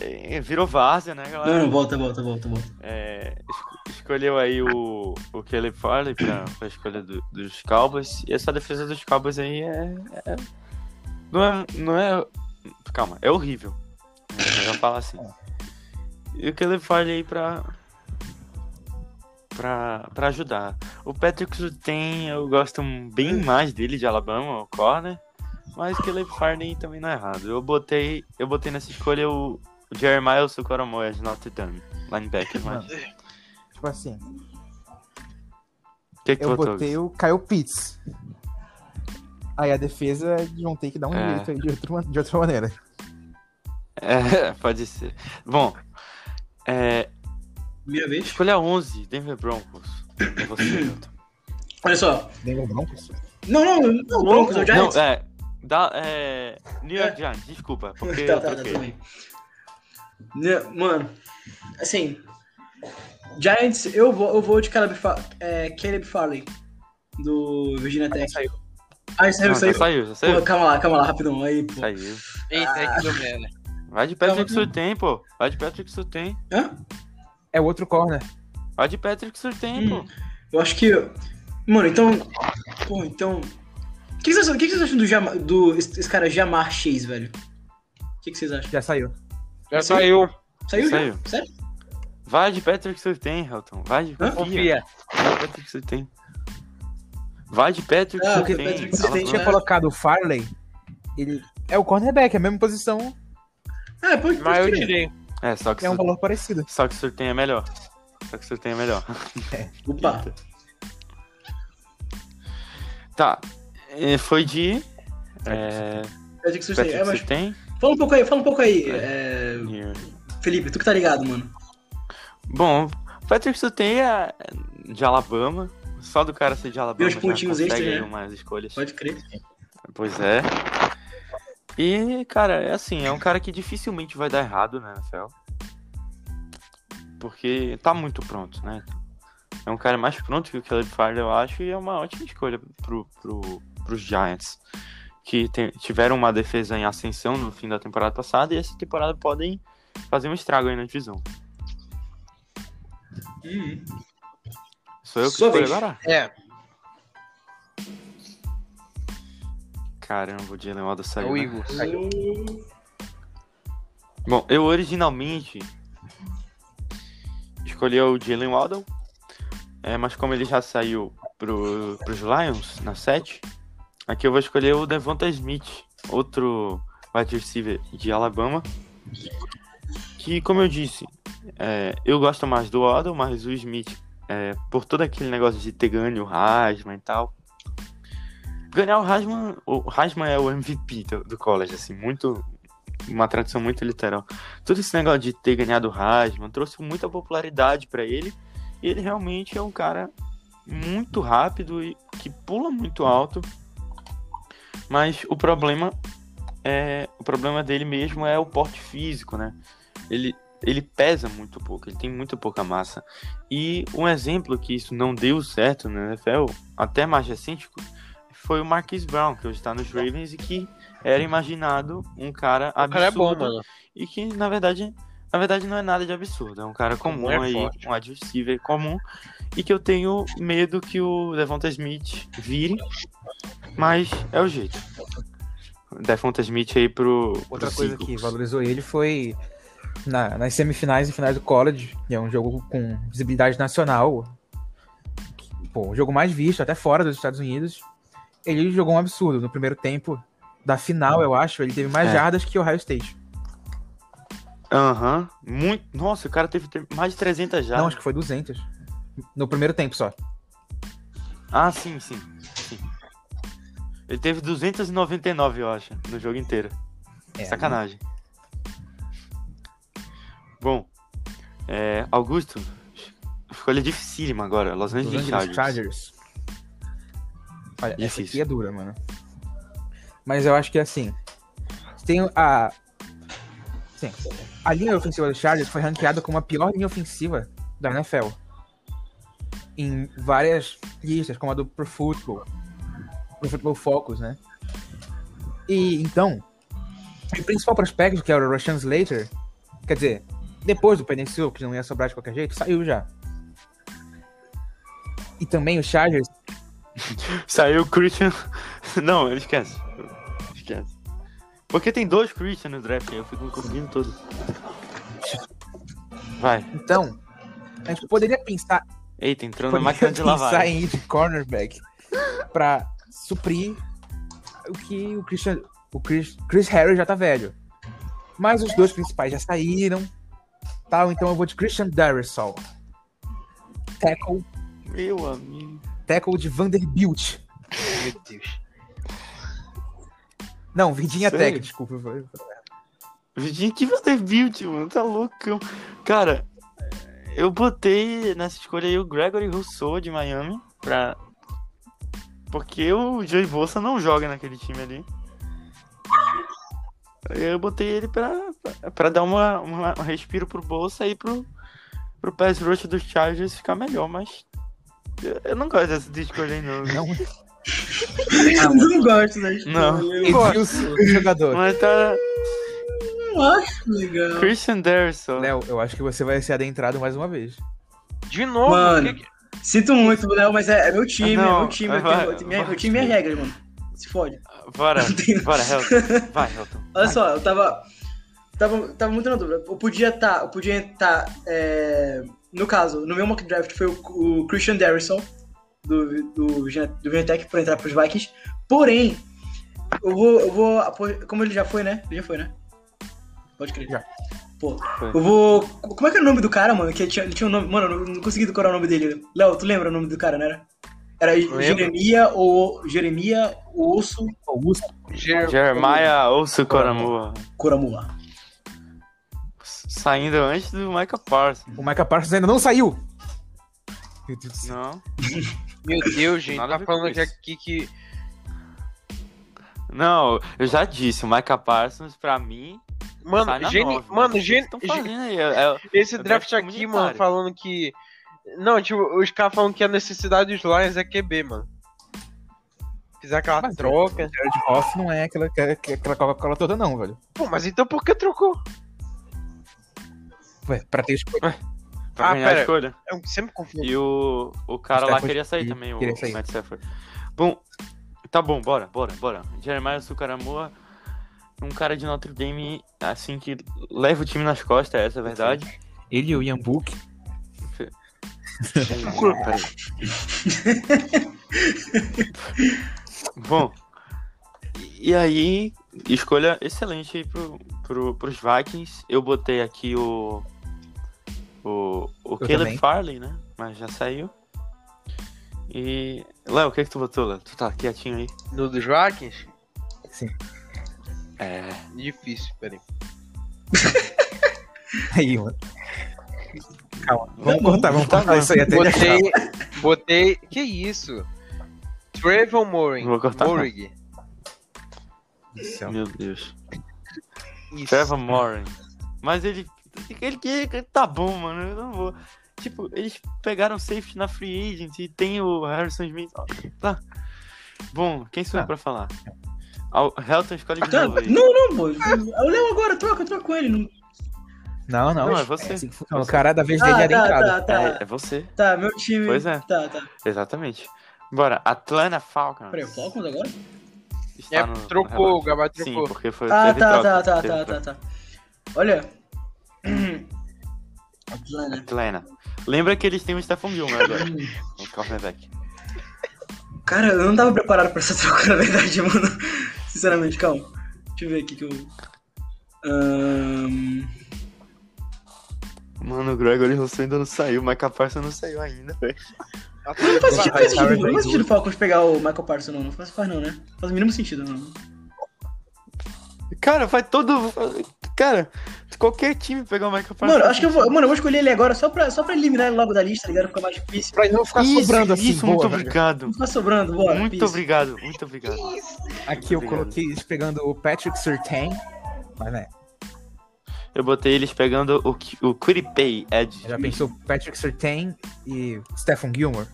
A: é, virou várzea, né, galera?
D: Não, não, volta, volta, volta, volta.
A: É, es- escolheu aí o, o Caleb Farley pra, pra escolha do- dos Cowboys. E essa defesa dos Cowboys aí é. é- não, é não é. Calma, é horrível. É, Vamos falar assim. E o Caleb Farley aí pra. Pra, pra ajudar. O Patrick Sutem, eu gosto bem mais dele de Alabama, o corner. Mas o Caleb Farley também não é errado. Eu botei, eu botei nessa escolha o, o Jeremiah Sukoromoya de Notre Dame, linebacker. Mas...
B: Mano, tipo assim,
A: O que, que tu
B: eu
A: botou?
B: botei o Kyle Pitts. Aí a defesa eles vão ter que dar um
A: É.
B: jeito aí de outra, de outra maneira.
A: É, pode ser. Bom, é,
D: Minha vez?
A: escolha 11, Denver Broncos. É você, É Milton.
D: Olha só.
B: Denver Broncos?
D: Não, não, não, Broncos, é o Giants.
A: Não, é. Da, é New York
D: É.
A: Giants, desculpa, porque
D: tá,
A: eu
D: tá, tá,
A: troquei.
D: tudo bem. Né, Mano, assim, Giants, eu vou, eu vou de Caleb, Fa é, Caleb Farley, do Virginia Tech.
B: saiu.
D: Ah, saiu,
A: Não, já
D: saiu.
A: saiu, já
D: Pô,
A: saiu.
D: calma lá, calma lá, rapidão. Aí, pô.
A: Saiu.
E: Eita, aí que deu merda.
A: Vai de Patrick Surtain, pô. Vai de Patrick Surtain.
D: Hã?
B: É o outro corner.
A: Vai de Patrick Surtain,
D: Hum.
A: pô.
D: Eu acho que. Mano, então. Pô, então. O que, que, vocês, acham- o que que vocês acham do, Jama, do esse, esse cara Jamar Chase, velho? O que, que vocês acham?
B: Já saiu.
E: Já saiu.
D: Saiu, já?
A: Saiu.
D: Sério?
A: Vai de Patrick Surtain, Helton. Vai de
D: Hã?
A: confia. Vai de Patrick Surtain. Vai de Patrick
D: Ah,
A: Surtain.
D: porque Patrick
A: Tava
B: Se ele
D: Surtain
A: falando-
B: tinha
D: né?
B: colocado o Farley, ele é o cornerback, é a mesma posição,
D: Ah, pode, pode
E: Mas eu
D: crer.
E: tirei.
A: É, só que,
B: é um
A: Sur-
B: valor parecido.
A: só que Surtain é melhor. Só que Surtain é melhor.
D: Opa.
A: Eita. Tá. É, Foi de. É,
D: Patrick Surtain.
A: Patrick
D: É, mas
A: Surtain.
D: fala um pouco aí, fala um pouco aí. é,
A: New
D: Felipe, tu que tá ligado, mano.
A: Bom, Patrick Surtain é de Alabama. Só do cara ser de Alabama.
D: os pontinhos
A: já
D: extras,
A: consegue
D: né?
A: umas escolhas.
D: Pode crer.
A: Pois é. E, cara, é assim, é um cara que dificilmente vai dar errado, né, NFL? Porque tá muito pronto, né? É um cara mais pronto que o Caleb Farley, eu acho, e é uma ótima escolha pro, pro, pros Giants, que te- tiveram uma defesa em ascensão no fim da temporada passada, e essa temporada podem fazer um estrago aí na divisão.
D: Hum.
A: Sou eu que
D: Sua
A: escolho
D: vez.
A: agora?
E: É,
A: Caramba, o Jalen Waddle
E: é
A: saiu,
E: o
A: né?
E: Igor. Saiu.
A: Bom, eu originalmente escolhi o Jalen Waddle, é, mas como ele já saiu pro, pros Lions na 7, aqui eu vou escolher o Devonta Smith, outro wide receiver de Alabama, que como eu disse, é, eu gosto mais do Waddle, mas o Smith, é, por todo aquele negócio de ter ganho o Rasman e tal, ganhar o Rasman, o Rasman é o MVP do, do college, assim, muito, uma tradição muito literal. Todo esse negócio de ter ganhado o Rasman trouxe muita popularidade pra ele. E ele realmente é um cara muito rápido e que pula muito alto. Mas o problema é o problema dele mesmo é o porte físico, né? Ele ele pesa muito pouco, ele tem muito pouca massa. E um exemplo que isso não deu certo na NFL, até mais recente, foi o Marquis Brown, que hoje está nos Ravens e que era imaginado um cara
E: O cara é bom,
A: absurdo
E: mano.
A: e que na verdade na verdade não é nada de absurdo, é um cara comum
E: É
A: aí,
E: forte.
A: um adjustível comum e que eu tenho medo que o Devonta Smith vire, mas é o jeito. Devonta Smith aí pro
B: Outra
A: pro
B: coisa
A: Seahawks.
B: que valorizou ele foi na- nas semifinais e finais do college, que é um jogo com visibilidade nacional, pô, o jogo mais visto até fora dos Estados Unidos. Ele jogou um absurdo no primeiro tempo da final, eu acho, ele teve mais
A: É.
B: jardas que o Ohio State.
A: Aham, muito. Nossa, o cara teve tre- mais de 300 já.
B: Não, acho que foi 200 no primeiro tempo só.
A: Ah, sim, sim, sim. Ele teve 299, eu acho, no jogo inteiro.
B: É,
A: Sacanagem. Bom, é, Augusto, escolha dificílima agora. Los
B: Los
A: Angeles,
B: Angeles
A: Chargers.
B: Chargers. Olha, essa
A: Difícil.
B: aqui é dura, mano. Mas eu acho que é assim. Tem a. Sim. A linha ofensiva do Chargers foi ranqueada como a pior linha ofensiva da NFL. Em várias listas, como a do Pro Football. Pro Football Focus, né? E então. O principal prospecto, que era o Rashan Slater, quer dizer, depois do Penny Sewell, que não ia sobrar de qualquer jeito, saiu já. E também o Chargers
A: Saiu o Christian. Não, esquece. Esquece. Porque tem dois Christian no draft, aí eu fico me confundindo todo. Vai.
B: Então, a gente poderia pensar,
A: Eita, entrou na
B: poderia
A: máquina de lavar.
B: pensar em ir de cornerback pra suprir o que o Christian, o Chris, Chris Harris já tá velho. Mas os dois principais já saíram, tal, então eu vou de Christian Darisol. Tackle,
A: Meu amigo.
B: tackle de Vanderbilt.
E: Meu Deus.
B: Não, Virginia
A: Sei.
B: Tech, desculpa. eu falei-
A: Gente, que Vanderbilt, mano, tá loucão. Cara, eu botei nessa escolha aí o Gregory Rousseau de Miami pra Porque o Joey Bolsa não joga naquele time ali. Eu botei ele pra, pra- pra dar uma, uma- um respiro pro Bolsa e pro, pro pass rush dos Chargers ficar melhor, mas eu, eu não gosto dessa de escolha aí, não.
B: Não,
D: Eu não gosto da história.
A: É, Não.
D: Eu
B: existe o seu jogador.
A: Mas tá
D: não acho legal.
A: Christian Derrisson.
B: Léo, eu acho que você vai ser adentrado mais uma vez.
E: De novo,
D: Mano.
E: o que que-
D: Sinto muito, Léo, mas é, é meu time,
A: Não,
D: é meu time. eu
A: vai,
D: tenho- eu tenho-
A: vai.
D: meu time é regra, mano. Se fode.
A: Bora,
D: Não tem-
A: bora, Helton. Vai, Helton.
D: Olha só, eu tava. Tava, tava muito na dúvida. Eu podia estar. eu podia estar. no caso, no meu mock draft foi o, o Christian Derrisson, do, do, Virginia- do Virginia Tech, pra entrar pros Vikings. Porém, eu vou. Eu vou apo- como ele já foi, né? Ele já foi, né? Pode crer.
B: Já.
D: Pô,
A: Foi.
D: eu vou. Como é que era o nome do cara, mano? Que tinha, ele tinha um nome. Mano, eu não- não consegui decorar o nome dele. Léo, tu lembra o nome do cara, não era? Era Jeremia ou. Jeremia Osso
B: Augusto,
E: Jer-
A: Jeremiah Ousu Coramua.
D: Coramua.
A: Saindo antes do Michael Parsons.
B: o Micah Parsons ainda não saiu. Meu Deus do céu.
A: Não.
E: Meu Deus, gente,
A: Nada a
E: tá
A: ver
E: falando
A: com
E: que
A: isso.
E: aqui que.
A: Não, eu já disse, o Michael Parsons, pra mim, sai
E: Mano,
A: na
E: geni...
A: nove,
E: mano,
A: né? O que
E: geni...
A: vocês tão fazendo aí? É- é-
E: Esse
A: Eu
E: draft
A: gosto
E: aqui,
A: muito
E: mano,
A: otário.
E: falando que. Não, tipo, os caras falam que a necessidade dos Lions é QB, mano. Fizer aquela
B: Mas é
E: troca.
B: Jared Goff não é aquela, aquela, aquela Coca-Cola toda, não, velho.
E: Pô, mas então por que trocou?
B: Ué, pra ter escolha.
A: pra
E: Ah,
A: ganhar a
E: pera.
A: escolha.
E: Eu sempre confundo.
A: E o, o cara lá
B: Stafford
A: queria sair
B: queria-
A: também, o
B: queria sair.
A: Matt Stafford. Bom, tá bom, bora, bora, bora. Jeremiah Sucaramua, um cara de Notre Dame, assim, que leva o time nas costas, essa é a verdade.
B: Ele e o Ian Book.
A: Bom, e aí, escolha excelente aí pro, pro, pros Vikings. Eu botei aqui o. O, o Caleb
B: também.
A: Farley, né? Mas já saiu. E. Léo, o que que tu botou, Léo? Tu tá quietinho aí?
E: No dos Vikings?
A: É.
E: Difícil, peraí.
B: Aí, mano. Calma,
A: Não,
B: vamos cortar, vamos
A: tá
B: cortar
A: bom.
B: isso aí até ele é achar.
E: Botei. Botei. Que isso? Trevor Moring.
A: Vou cortar, não.
E: Moring.
B: Meu Deus do céu.
A: Meu Deus.
E: Isso.
A: Trevor Morin. Mas ele. Ele que. Tá bom, mano. Eu não vou. Tipo, eles pegaram safety na free agent e tem o Harrison Smith. Tá. Bom, quem sou eu
B: Tá.
A: pra falar? Ah, o Helton escolhe de
D: Tá,
A: novo aí.
D: não, não, pô. Eu levo agora, troca, troca com ele. Não...
B: Não, não.
A: Não, é você.
B: assim que funciona. o cara da vez dele
D: Ah,
B: é adentrado.
D: tá, tá,
A: É,
D: tá.
A: é você.
D: Tá, meu time.
A: Pois é.
D: Tá, tá.
A: Exatamente. Bora. Atlanta Falcons.
D: Peraí, Falcons agora?
A: Está
E: É,
A: tá no- no
E: trocou, o
A: relógio.
E: Gabar
A: Sim,
E: trocou.
A: porque foi.
D: Ah,
A: teve
D: tá,
A: troca,
D: tá, tá,
A: teve
D: tá,
A: troca.
D: tá, tá. Olha. Atlanta.
A: Atlanta. Lembra que eles têm o Stephon Gilmore agora. o cornerback.
D: Cara, eu não tava preparado pra essa troca, na verdade, mano. Sinceramente, calma. Deixa eu ver aqui que eu. Ahn,
A: Mano, o Gregory Rousseau ainda não saiu, o Micah Parsons não saiu ainda, velho.
D: Não faz sentido, não faz
B: Harry
D: sentido, não faz
B: Harry
D: sentido o Falcons pegar o Michael Parsons, não. Não faz, faz não, né? Não faz o mínimo sentido, não.
A: Cara, faz todo. Cara, qualquer time pegar o Micah Parsons.
D: Mano, acho que eu vou. Mano, eu vou escolher ele agora só pra, só pra eliminar ele logo da lista, tá ligado? Fica mais difícil.
B: Pra ele não ficar
A: isso,
B: sobrando assim.
A: Isso, muito
B: boa, velho.
A: obrigado.
D: Não fica sobrando, bora.
A: muito
D: isso.
A: obrigado, muito obrigado.
B: Aqui eu
A: Obrigado.
B: coloquei eles pegando o Patrick Surtain. Mas, né,
A: Eu botei eles pegando o, Ki- o Quiripay Edge.
B: já pensou Patrick Surtain e Stephen Gilmore?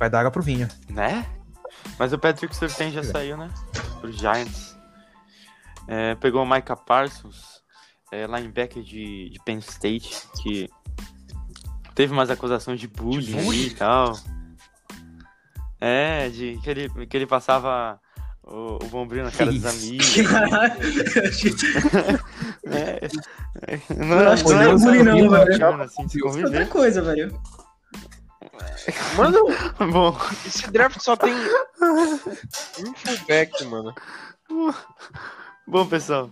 B: Vai dar água pro vinho.
A: Né? Mas o Patrick Surtain já saiu, né? Pro Giants. É, pegou o Micah Parsons, é, linebacker de, de Penn State, que teve umas acusações de bullying,
B: De
A: aí e tal. É, de que ele, que ele passava o, o bombril na cara dos
B: Isso.
A: amigos.
D: Caralho, eu achei-
A: É, é,
D: Não, acho que isso não é
A: só
D: bullying, não,
A: amigos,
D: velho.
A: mano, assim, de
D: isso é outra
A: conviver.
D: coisa, velho.
E: Mano,
A: Bom,
E: esse draft só tem. Um fullback, mano.
A: bom, pessoal.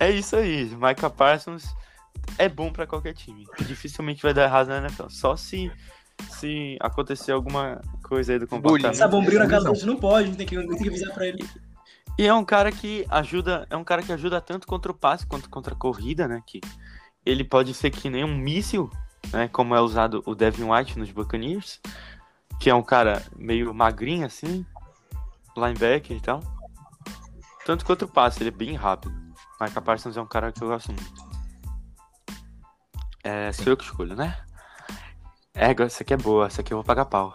A: É isso aí. Micah Parsons é bom pra qualquer time. Dificilmente vai dar errado na NFL. Só se, se acontecer alguma coisa aí do comportamento.
D: Essa bombril na casa dele não pode, não tem que, tem que avisar pra ele.
A: E é um cara que ajuda, é um cara que ajuda tanto contra o passe quanto contra a corrida, né? Que ele pode ser que nem um míssil, né? Como é usado o Devin White nos Buccaneers. que é um cara meio magrinho assim, linebacker e tal. Tanto quanto passa, ele é bem rápido. Micah Parsons é um cara que eu gosto muito. É, sou eu que escolho, né? É, agora essa aqui é boa, essa aqui eu vou pagar pau.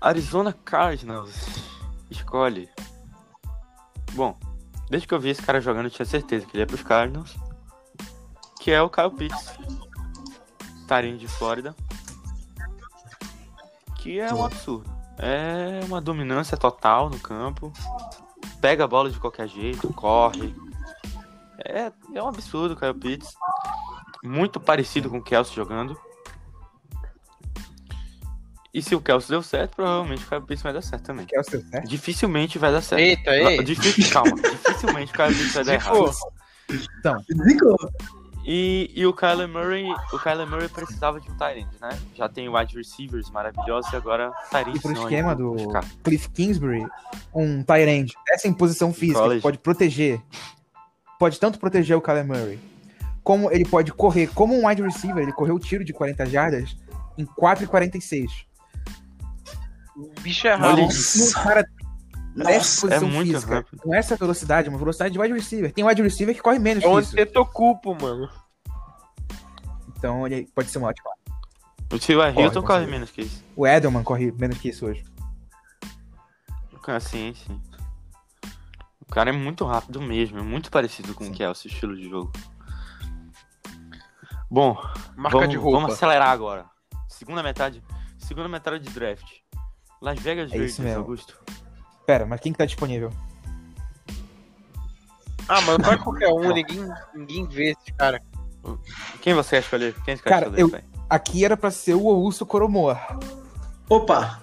A: Arizona Cardinals escolhe. Bom, desde que eu vi esse cara jogando, eu tinha certeza que ele ia pros Cardinals. Que é o Kyle Pitts. Tarinho de Flórida. Que é um absurdo. É uma dominância total no campo. Pega a bola de qualquer jeito, corre. É, é um absurdo o Kyle Pitts. Muito parecido com o Kelsey jogando. E se o Kelsey deu certo, provavelmente o Kyle Pitts vai dar certo também.
B: Que é o seu, né?
A: Dificilmente vai dar certo.
E: Eita,
A: Não,
E: ei.
A: Difícil, calma. Dificilmente o Kyle Pitts vai dar
E: Se
A: errado.
E: for.
D: Zico,
A: E, e o Kyler Murray, o Kyler Murray precisava de um tight end, né? Já tem wide receivers maravilhosos e agora tight end
B: E pro
A: não,
B: esquema
A: então,
B: do
A: vou ficar.
B: Cliff Kingsbury, um tight end, essa imposição física
A: College.
B: que pode proteger, pode tanto proteger o Kyler Murray, como ele pode correr como um wide receiver, ele correu o tiro de 40 jardas em 4,46.
E: O bicho é
A: Olha
E: rápido.
B: Um cara nessa
D: Nossa,
B: posição
A: é muito
B: física,
A: rápido.
B: com essa velocidade, uma velocidade de wide receiver. Tem wide receiver que corre menos
E: É
B: que
E: onde
B: isso.
E: você tocupo, mano.
B: Então ele pode ser um ótimo.
A: O Tio Hilton
B: com
A: corre
B: certeza.
A: menos que isso.
B: O Edelman corre menos que isso hoje.
A: Ah, Sim, sim. O cara é muito rápido mesmo, é muito parecido com o Kelsey, o estilo de jogo. Bom,
E: Marca
A: vamos,
E: de roupa.
A: vamos acelerar agora. Segunda metade, segunda metade de draft. Las Vegas
B: É
A: Raiders,
B: isso mesmo.
A: Augusto.
B: Pera, mas quem que tá disponível?
E: Ah, mano, vai qualquer um, ninguém, ninguém vê esse cara.
A: Quem você quer escolher? Quem você quer
B: Cara,
A: escolher?
B: eu-
A: pai?
B: Aqui era pra ser o Ouso Coromor.
D: opa.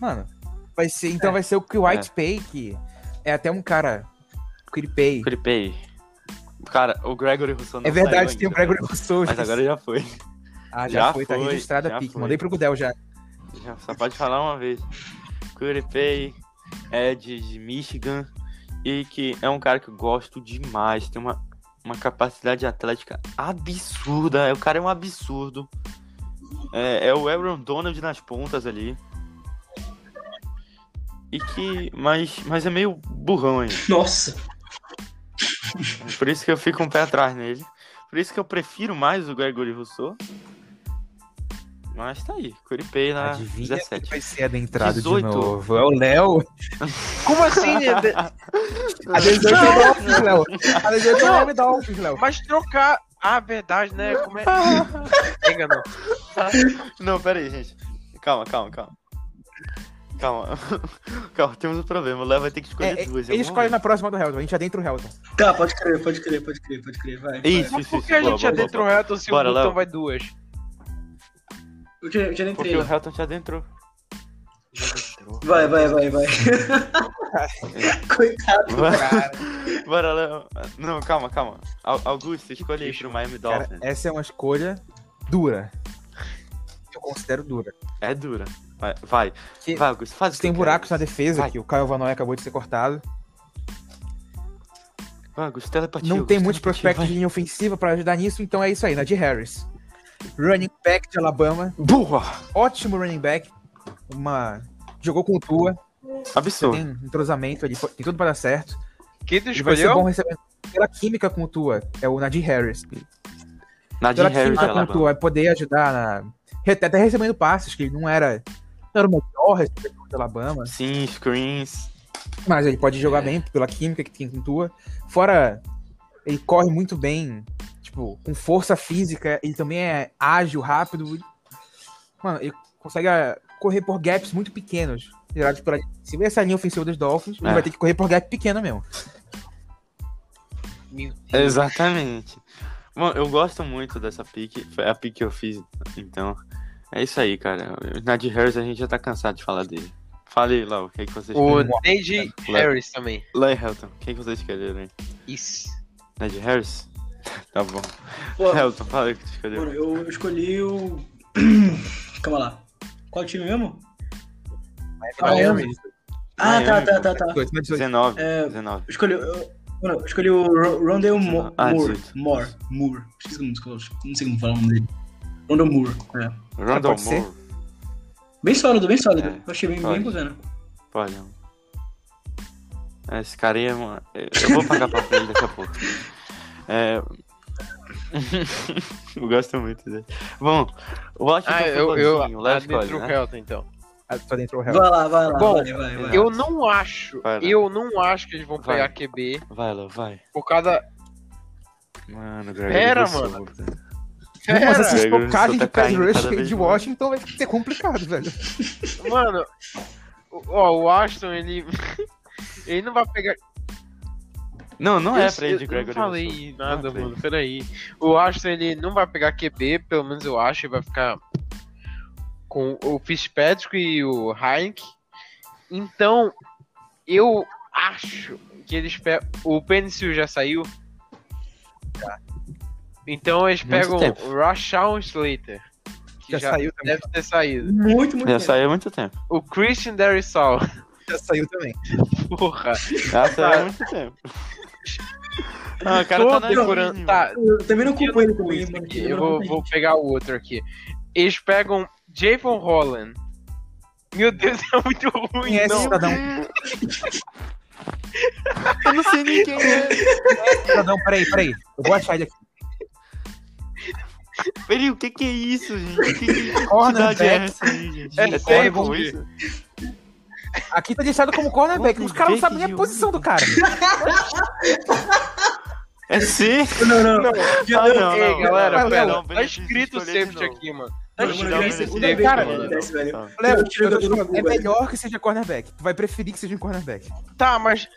B: Mano, vai ser,
A: É.
B: então vai ser o White Pay, que é até um cara. Quiripay.
A: Clipei. Cara, o Gregory Rousseau não
B: É verdade,
A: saiu
B: tem o
A: ainda.
B: Gregory Rousseau.
A: Mas agora já foi.
B: ah, já,
A: já
B: foi, tá
A: foi,
B: registrada
A: já
B: a pique.
A: foi.
B: Mandei pro Gudel já.
A: Já só pode falar uma vez. Curipei é de, de Michigan e que é um cara que eu gosto demais. Tem uma, uma capacidade atlética absurda. É, O cara é um absurdo. É, é o Aaron Donald nas pontas ali. E que. Mas, mas é meio burrão ainda.
D: Nossa.
A: Por isso que eu fico um pé atrás nele. Por isso que eu prefiro mais o Gregory Rousseau. Mas tá aí, Curipei na
B: Adivinha
A: 17.
B: quem vai ser adentrado
A: 18.
B: de novo. É o Léo.
E: Como assim? né?
B: A 18 é o Dolphins, Léo. A 18 é o nome Dolphins, Léo.
E: Mas trocar. Ah, verdade, né? Como é. Liga, não.
A: Não, pera aí, gente. Calma, calma, calma. Calma. calma, temos um problema. O Léo vai ter que
B: É,
A: escolher
B: é,
A: duas. em
B: ele
A: algum
B: escolhe
A: momento.
B: na próxima do Helton. A gente adentra o Helton.
D: Tá, pode crer, pode crer, pode crer, pode crer, vai. vai.
A: Isso,
E: Mas
A: isso,
E: por
A: isso.
E: que a
A: Boa,
E: gente
A: boa,
E: adentra
A: boa,
E: o reto se o
A: Bora,
E: botão
A: Léo.
E: vai duas?
D: Eu já, eu já nem
A: boa. Porque
D: entrei.
A: o Helton te adentrou.
D: Vai, vai, vai, vai. Coitado.
A: Bora, Léo. Não, calma, calma. Au- Augusto, escolhe aí pro Miami
B: Cara,
A: Dolphins.
B: essa é uma escolha dura. Eu considero dura.
A: É dura. Vai, vai,
B: Que-
A: vai Augusto, faz o que
B: Tem
A: quer.
B: buracos na defesa,
A: Vai.
B: que o Caio Vanoy acabou de ser cortado.
A: Vai, Augusto, telepatia.
B: Não
A: Augusto,
B: tem
A: telepatia,
B: muitos prospectos de linha ofensiva pra ajudar nisso, então é isso aí, Najee Harris. Running back de Alabama,
A: vai. Burra!
B: ótimo running back. Uma... Jogou com o Tua,
A: Absurdo.
B: tem um entrosamento ali, tem tudo pra dar certo.
E: Quem tu
B: Ele vai ser bom
E: escolheu?
B: recebendo. Pela química com o Tua, é o Najee Harris.
A: Nadir
B: Pela
A: Harris,
B: química com o
A: Alabama.
B: Tua, é poder ajudar na... re- Até recebendo passes, que ele não era... Não era o melhor recebedor de Alabama.
A: Sim, screens.
B: Mas ele pode jogar bem pela química que tem com tua. Fora, ele corre muito bem, tipo, com força física, ele também é ágil, rápido. Mano, ele consegue ah, correr por gaps muito pequenos. Gerados pela... Se essa linha ofensiva dos Dolphins, ele
A: É.
B: vai ter que correr por gap pequeno mesmo.
A: Exatamente. Bom, eu gosto muito dessa pique. Foi a pique que eu fiz, então. É isso aí, cara. O Nadir Harris a gente já tá cansado de falar dele. Fale aí, Lau, o que, é que vocês
E: O
A: querem?
E: Neji Harris também.
A: Lau e Helton, o que, é que vocês querem, hein?
E: Isso.
A: Nadir Harris? tá bom.
D: Pô,
A: Helton, fala aí o que tu escolheu.
D: mano, eu escolhi o. Calma lá. Qual time mesmo?
A: É,
B: Miami.
D: Ah,
A: Miami,
D: tá, tá, tá, tá.
B: 18, 18.
A: 19.
D: É,
A: 19.
D: Eu escolhi, eu, mano, eu escolhi o Ro- Rondale Mo-
A: Ah,
D: Moore.
A: dezoito.
D: Moore. Moore. Esqueci como, não sei como falar o nome dele. Rondon Moore. É.
A: Rondon
B: pode ser.
A: Moore.
D: Bem sólido, bem sólido.
A: É,
D: Eu achei bem,
A: pode.
D: bem bacana.
A: Pode. É, Esse cara aí é, mano. Eu eu vou pagar pau pra ele daqui a pouco. É. eu gosto muito dele. Bom, o tá Washington
E: Ah, eu,
A: Footballzinho,
E: eu
A: Então o Léo escolhe,
E: adentro o
A: né?
E: Helton, então.
B: Ah, Só dentro do
D: Vai
B: Real.
D: lá, vai lá.
E: Bom,
D: vai, vai, vai.
E: Eu não acho,
A: Vai lá.
E: eu não acho que eles vão
A: Vai.
E: pegar QB
A: Vai, Léo, vai.
E: por causa...
A: Mano,
E: Pera,
A: Gregory Rousseau, velho.
B: Mas
E: Pera,
A: assim-
B: essas
A: Pega,
B: focagens
A: tá
B: de
A: caindo
B: pass
A: cada
B: rush
A: vez
B: de
A: mais.
B: Washington vai ser complicado, velho.
E: mano, ó, o Ashton, ele... ele não vai pegar...
A: Não, não é
E: Eu-
A: pra ele de
E: eu
A: Gregory
E: Não falei
A: Rousseau. Não
E: nada,
A: é pra ele.
E: mano. Peraí. O Ashton, ele não vai pegar QB, pelo menos eu acho, ele vai ficar com o Fitzpatrick e o Heinck. Então, eu acho que eles pegam. O Penicil já saiu. Tá. Então eles
A: Muito
E: pegam
A: tempo.
E: o Rashawn Slater. Que já,
B: Já saiu também.
E: deve ter saído.
D: Muito, muito
A: Já
D: bem.
A: saiu há muito tempo.
E: O Christian Derisol.
B: Já saiu também.
E: Porra.
A: Já
E: Tá.
A: saiu há muito tempo. Ah, o cara tá na
E: Todo-
A: decorando.
E: Tá,
D: Eu também não
E: Eu
D: culpo ele
E: com
D: também,
E: isso
D: mano.
E: aqui. Eu vou, vou pegar o outro aqui. Eles pegam Javon Holland. Meu Deus, é muito ruim.
B: Conhece,
E: Não.
B: cidadão.
A: Eu não sei nem quem é.
B: Cidadão, peraí, peraí. Eu vou achar ele aqui.
A: Peraí, o que que é isso, gente? O que que
B: Cornerback.
A: cidade é essa aí, gente? sério
E: É safety.
A: com isso?
B: Aqui tá deixado como cornerback. Os caras não sabem nem a posição do cara.
A: É C?
D: Não, não, não.
A: Ah, não,
E: Ei,
A: não,
E: galera,
A: não,
E: pera.
A: não,
E: tá
A: Benefício,
E: escrito
A: escolher de
E: safety
A: novo.
E: aqui, mano. Tá
D: Não, não,
E: escrito
D: não,
E: safety
D: não,
E: aqui,
D: não, não,
E: cara.
D: não, não. acontece, velho.
A: Tá.
B: Léo,
D: Eu tiro
B: eu tô
D: do-
B: te falando,
D: do
B: é
D: Google.
B: melhor que seja cornerback. Tu vai preferir que seja um cornerback.
E: Tá, mas.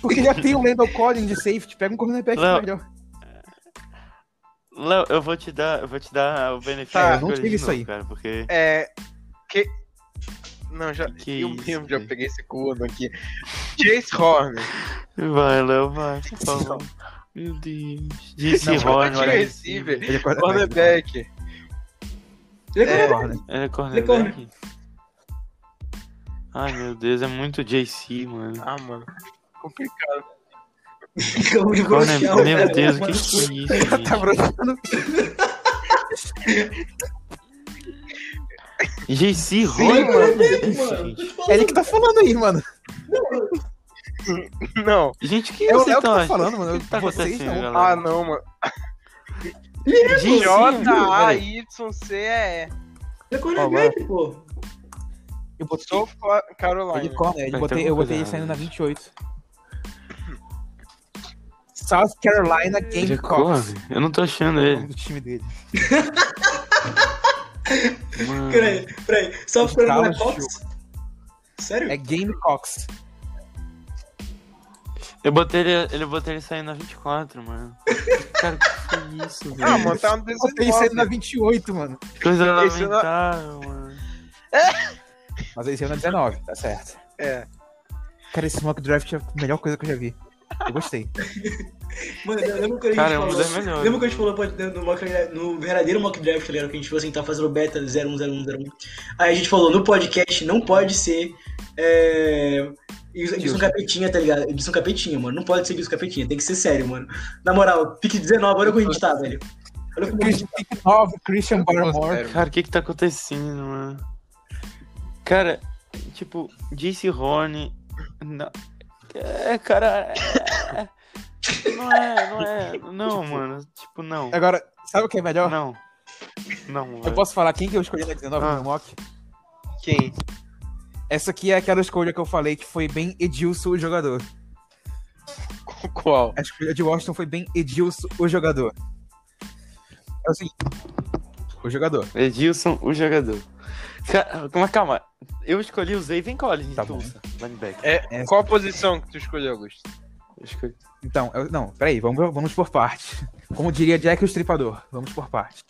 B: Porque já tem o Landon Collins de safety. Pega um cornerback
A: Léo,
B: melhor.
A: Léo, eu vou te dar, eu vou te dar o benefício.
E: Tá,
A: da
B: eu não
A: escolha
B: tive
A: de
B: isso
A: novo,
B: aí.
A: Cara, porque
E: É. Que. Não, já.
A: Que
E: eu
A: isso,
E: mesmo já
A: velho.
E: peguei esse corno aqui. Chase Horn.
A: vai, Léo, vai, por favor. Meu Deus. Disse
B: Não,
A: Rony, olha isso.
E: receiver.
B: Ele é cornerback.
E: Cornerback.
D: Ele é correto.
B: corner.
A: É cornerback. Ai, meu Deus, é muito JC, mano.
E: Ah, mano. Complicado.
D: Eu vou
A: Corner...
D: broxar o
A: Meu
D: cara,
A: Deus, o que
D: é um mano.
A: que é isso, gente?
B: Tá broxando.
A: JC
D: Ele
A: Rony,
D: é
A: mano.
D: correto,
A: Isso,
D: mano.
A: gente.
B: É ele que tá falando aí, mano.
E: Não.
A: Gente, o que
B: É o
A: vocês
B: Léo que
A: estão
B: tá
A: achando?
B: falando, mano.
A: O que tá
B: Vocês
A: acontecendo,
B: não.
A: galera?
E: Ah, não, mano.
A: Gente,
E: J-A-Y-C-E.
D: Ele é
B: Ó,
D: cornerback, pô.
B: Eu botei,
E: Sou
B: eu de
E: Carolina.
B: é corner,
A: Tá,
B: eu botei,
A: então
B: eu botei ele
A: cuidado,
B: saindo na 28. South
A: Ele
B: Carolina
A: é
B: Gamecocks.
A: corner? Eu não tô achando
B: o nome
A: ele.
B: do time dele.
A: Mano.
D: Peraí, peraí. Só
B: Os
D: ficando na
B: caras
D: Cox? Sério?
B: É Gamecocks.
A: Eu botei ele, eu botei ele saindo na 24, mano. Cara, que foi isso, velho?
E: Ah, mano, tá no
B: Eu botei ele saindo na
E: 19.
B: 28, mano.
A: Que Coisa
E: esse não-
A: lamentável, mano.
B: Mas ele saiu na 19, tá certo.
E: É.
B: Cara, esse mock draft é a melhor coisa que eu já vi. Eu gostei.
D: Mano, lembra quando a gente
A: Cara, é um
D: falou...
A: dos melhores.
D: Lembra quando a gente falou pô, dentro do mock draft- no verdadeiro mock draft, galera, que a gente falou assim, tá fazendo beta 010101. Aí a gente falou, no podcast não pode ser... É... Edson Capetinha, tá ligado? Edson Capetinha, mano. Não pode ser Edson Capetinha, tem que ser sério, mano. Na moral, pique 19, olha como a gente tá, velho. Olha como a gente
B: Christian 9, Christian Barmore.
E: Sério.
A: Cara, o que que tá acontecendo, mano? Cara, tipo, JC Horn. Não. É, cara. é- Não é, não é. Não, mano. Tipo, não.
B: Agora, sabe o que é melhor?
A: Não. Não,
B: Eu
A: mano.
B: posso falar quem que eu escolhi na 19
A: Ah.
B: no mock?
E: Quem?
B: Essa aqui é aquela escolha que eu falei que foi bem Edilson o jogador.
E: Qual?
B: A escolha de Washington foi bem Edilson o jogador. É o seguinte. O jogador.
A: Edilson, o jogador. Ca- Mas calma, eu escolhi o Zayven Collins,
B: Tá
A: tá
B: bom.
A: Tulsa, linebacker.
E: É,
B: É.
E: Qual a posição que tu escolheu, Augusto?
A: Eu escolhi-
B: Então, eu- não, peraí, vamos, vamos por parte. Como diria Jack o Estripador, vamos por parte.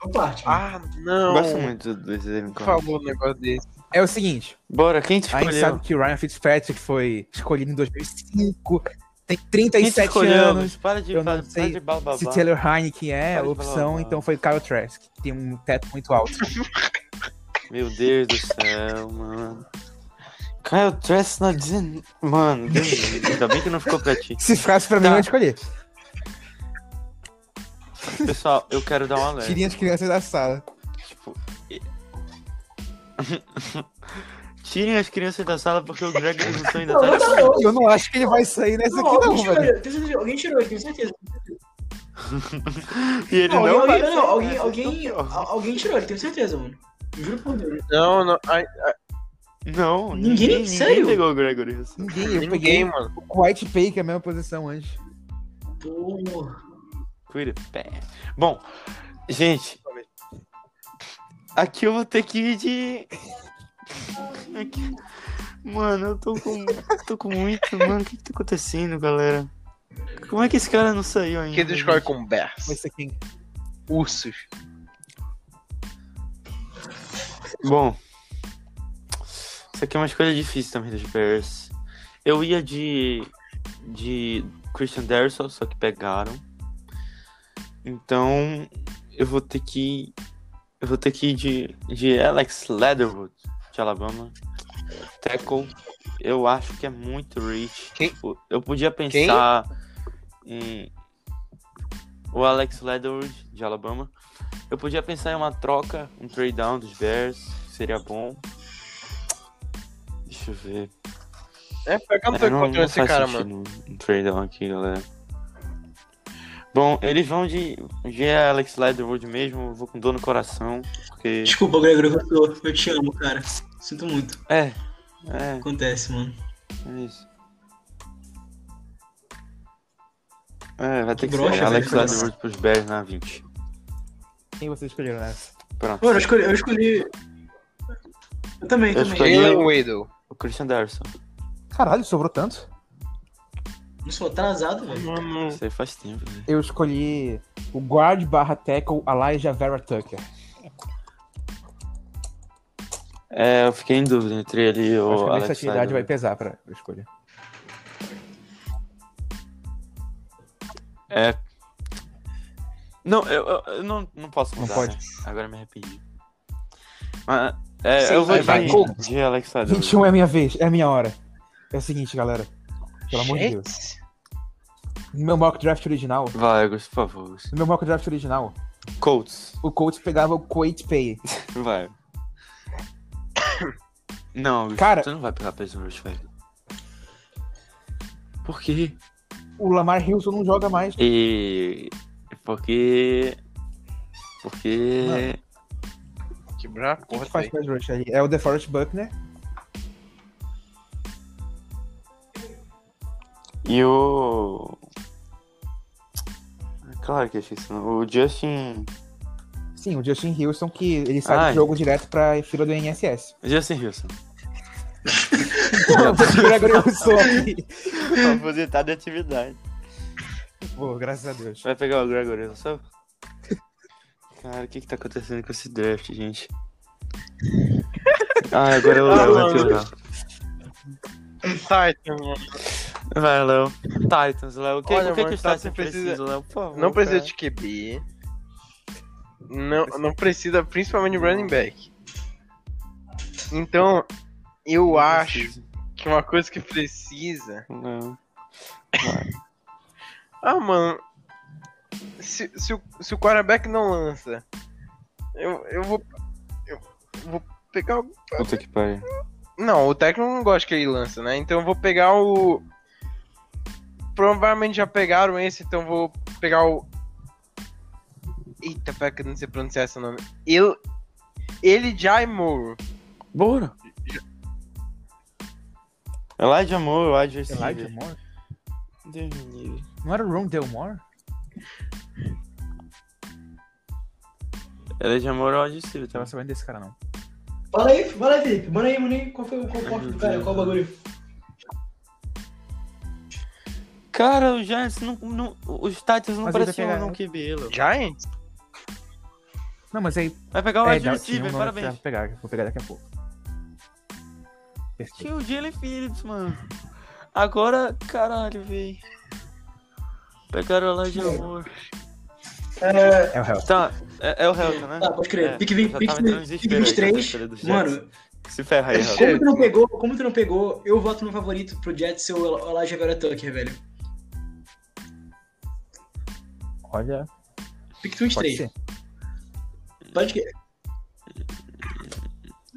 D: tá parte. mano.
E: Ah,
B: Então,
E: não.
A: Gosto muito do Zayven
E: Tu
A: Collins.
E: falou um negócio desse.
B: É o seguinte.
A: Bora, quem te
B: A gente
A: escolheu?
B: sabe que o Ryan Fitzpatrick foi escolhido em 2005,
A: Quem
B: tem
A: te
B: 37
A: escolheu?
B: anos.
A: Para de,
B: eu não
A: para, para
B: sei
A: de bababá.
B: Se Taylor Heineken é a
A: Pode falar,
B: opção,
A: mano.
B: então foi Kyle Trask, que tem um teto muito alto.
A: Meu Deus do céu, mano. Kyle Trask na 19. Mano, Deus me livre. ainda bem que não ficou pra ti.
B: Se ficasse pra mim,
A: Tá.
B: eu ia escolher.
A: Pessoal, eu quero dar um alerta.
B: Tirem as crianças da sala.
A: Tipo, e- Tirem as crianças da sala porque o Gregory Russo ainda tá
D: Não,
A: na
D: não tá não.
B: Eu não acho que ele vai sair nessa
D: Não,
B: aqui, não,
D: alguém tirou
B: velho.
D: ele, tenho certeza, alguém tirou ele, tenho certeza.
A: E ele
D: Não,
A: não, é, vai
D: alguém,
A: sair
D: não, alguém,
A: dessa,
D: alguém,
A: então,
D: al- alguém tirou ele, tenho certeza, mano. Juro por Deus.
E: Não, não. ai,
A: Não,
D: Ninguém-
A: ninguém, ninguém
D: sério?
A: pegou o Gregory Russo.
B: Ninguém, eu
E: ninguém,
B: peguei
E: mano.
B: o White Pay, que é a mesma posição antes.
D: Porra.
A: Curupé. Bom, gente. Aqui eu vou ter que ir de. Aqui- Mano, eu tô com. tô com muito. Mano, o que, que tá acontecendo, galera? Como é que esse cara não saiu ainda?
E: Quem escolhe
A: gente?
E: conversa?
B: Vai ser quem?
E: Ursos.
A: Bom. Isso aqui é uma escolha difícil também dos Bears. Eu ia de. de Christian Derson, só que pegaram. Então eu vou ter que. Eu vou ter que ir de, de Alex Leatherwood, de Alabama. Tackle, eu acho que é muito rich.
E: Quem?
A: Tipo, eu podia pensar em. O Alex Leatherwood, de Alabama. Eu podia pensar em uma troca, um trade down dos Bears, que seria bom. Deixa eu ver.
E: É, pega não
A: É,
E: tô encontrando esse
A: faz
E: cara, mano.
A: sentido Um trade down aqui, galera. Bom, eles vão de, de Alex Leatherwood mesmo, eu vou com dor no coração, porque...
D: Desculpa, Gregor, eu tô- eu te amo, cara. Sinto muito.
A: É, é,
D: Acontece, mano.
A: é isso. É, vai ter
D: Que
A: que ser
D: broxa,
A: Alex
D: velho.
A: Leatherwood pros Bears na 20.
B: Quem vocês escolheram nessa?
A: Pronto.
D: Mano, eu escolhi. Eu, escolhi... eu também,
A: Eu
D: também.
A: escolhi-
E: Jalen Waddle.
A: O Christian Darson.
B: Caralho, sobrou tanto.
D: Não sou atrasado, velho.
A: Isso aí faz tempo, né?
B: Eu escolhi o guard barra tackle Elijah Vera Tucker.
A: É, eu fiquei em dúvida entre ele e
B: Acho
A: o
B: que a
A: Alex
B: versatilidade vai
A: Leatherwood.
B: pesar pra eu escolher.
A: É. Não, eu, eu- eu não, não posso
B: Não
A: mudar,
B: pode.
A: né? Agora eu me arrependi. Mas, é, eu vou
B: vai,
A: de,
B: vai.
A: de Alex Leatherwood.
B: 21 é minha vez, é minha hora. É o seguinte, galera. Pelo amor de Deus.
E: Gente,
B: No meu mock draft original,
A: Vai, Augusto, por favor. Augusto.
B: no meu mock draft original,
A: Colts.
B: o Colts pegava o Kuwait Pay.
A: Vai. Não, Augusto,
B: Cara-
A: tu não vai pegar Peyton Rush, velho. Por quê?
B: O Lamar Wilson não joga mais.
A: E... Porque... Porque...
E: Quebrar a
B: Quem
E: porra
B: que faz
E: daí.
B: pass rush aí? É o DeForest Buckner.
A: E o... é Claro que eu esqueci. O Justin...
B: Sim, o Justin Houston, que ele sai
A: Ai.
B: do jogo direto pra fila do INSS.
A: Justin Wilson.
B: Gregory Rousseau aqui.
A: aposentar de atividade.
B: Pô, graças a Deus.
A: Vai pegar o Gregory, não sabe? Cara, o que que tá acontecendo com esse draft, gente? Ah, agora é o Léo, vai ter o Léo.
E: Titan, mano.
A: Vai, Léo. Titans, Léo. O que,
E: Olha,
A: o que, que
E: mano,
A: os Titans
E: Titan precisa-
A: precisam, Léo? Por favor,
E: Não precisa
A: cara.
E: de QB. Não, não precisa, principalmente de running back. Então, eu
A: Não
E: acho
A: precisa.
E: que uma coisa que precisa.
A: Não.
E: Ah, mano. Se, se, o, se o quarterback não lança, eu, eu vou. Eu vou pegar o.
A: Puta que pariu.
E: Não, o técnico não gosta que ele lança, né? Então eu vou pegar o. Provavelmente já pegaram esse, então eu vou pegar o. Eita, pera que eu não sei pronunciar esse nome. Ele. Ele Jai Moro.
A: Bora. Elijah Moore, Elijah
B: Elijah
A: Receiver.
B: Moore?
A: Deus me livre.
B: Não era o Rondell Moore?
A: Elijah Moore, Elijah Receiver. Tá?
B: Tava sabendo desse cara, não.
D: Fala aí, fala aí, Felipe. Manda aí, manda aí. Qual foi o comporte do cara? Qual o bagulho?
A: Cara, o Giants não, não- os Titans não
B: Mas ele vai
A: pareciam
B: pegar-
A: não que belo.
E: Giants?
B: Não, mas aí...
A: Vai pegar o
B: é,
A: wide
B: já tinha um
A: Tá receiver,
B: nome
A: parabéns.
B: pra pegar, vou pegar daqui a pouco. Perfeito.
A: Tinha o Jalen Phillips, mano. Agora, caralho, véi. Pegaram lá de amor.
D: É,
B: É o Hell.
A: Tá, é, é o Helton, né?
D: tá, pode
A: É,
D: crer. Pique
A: eu já tava entrando em desespero aqui na escolha do
D: 23.
A: Jets.
D: Mano,
A: Se ferra aí, Helton.
D: como tu não pegou, como tu não pegou, eu voto no favorito pro Jets ser o El- Elijah Vera Tucker, velho.
B: Olha...
D: Pick 23.
B: ser.
D: Pode que.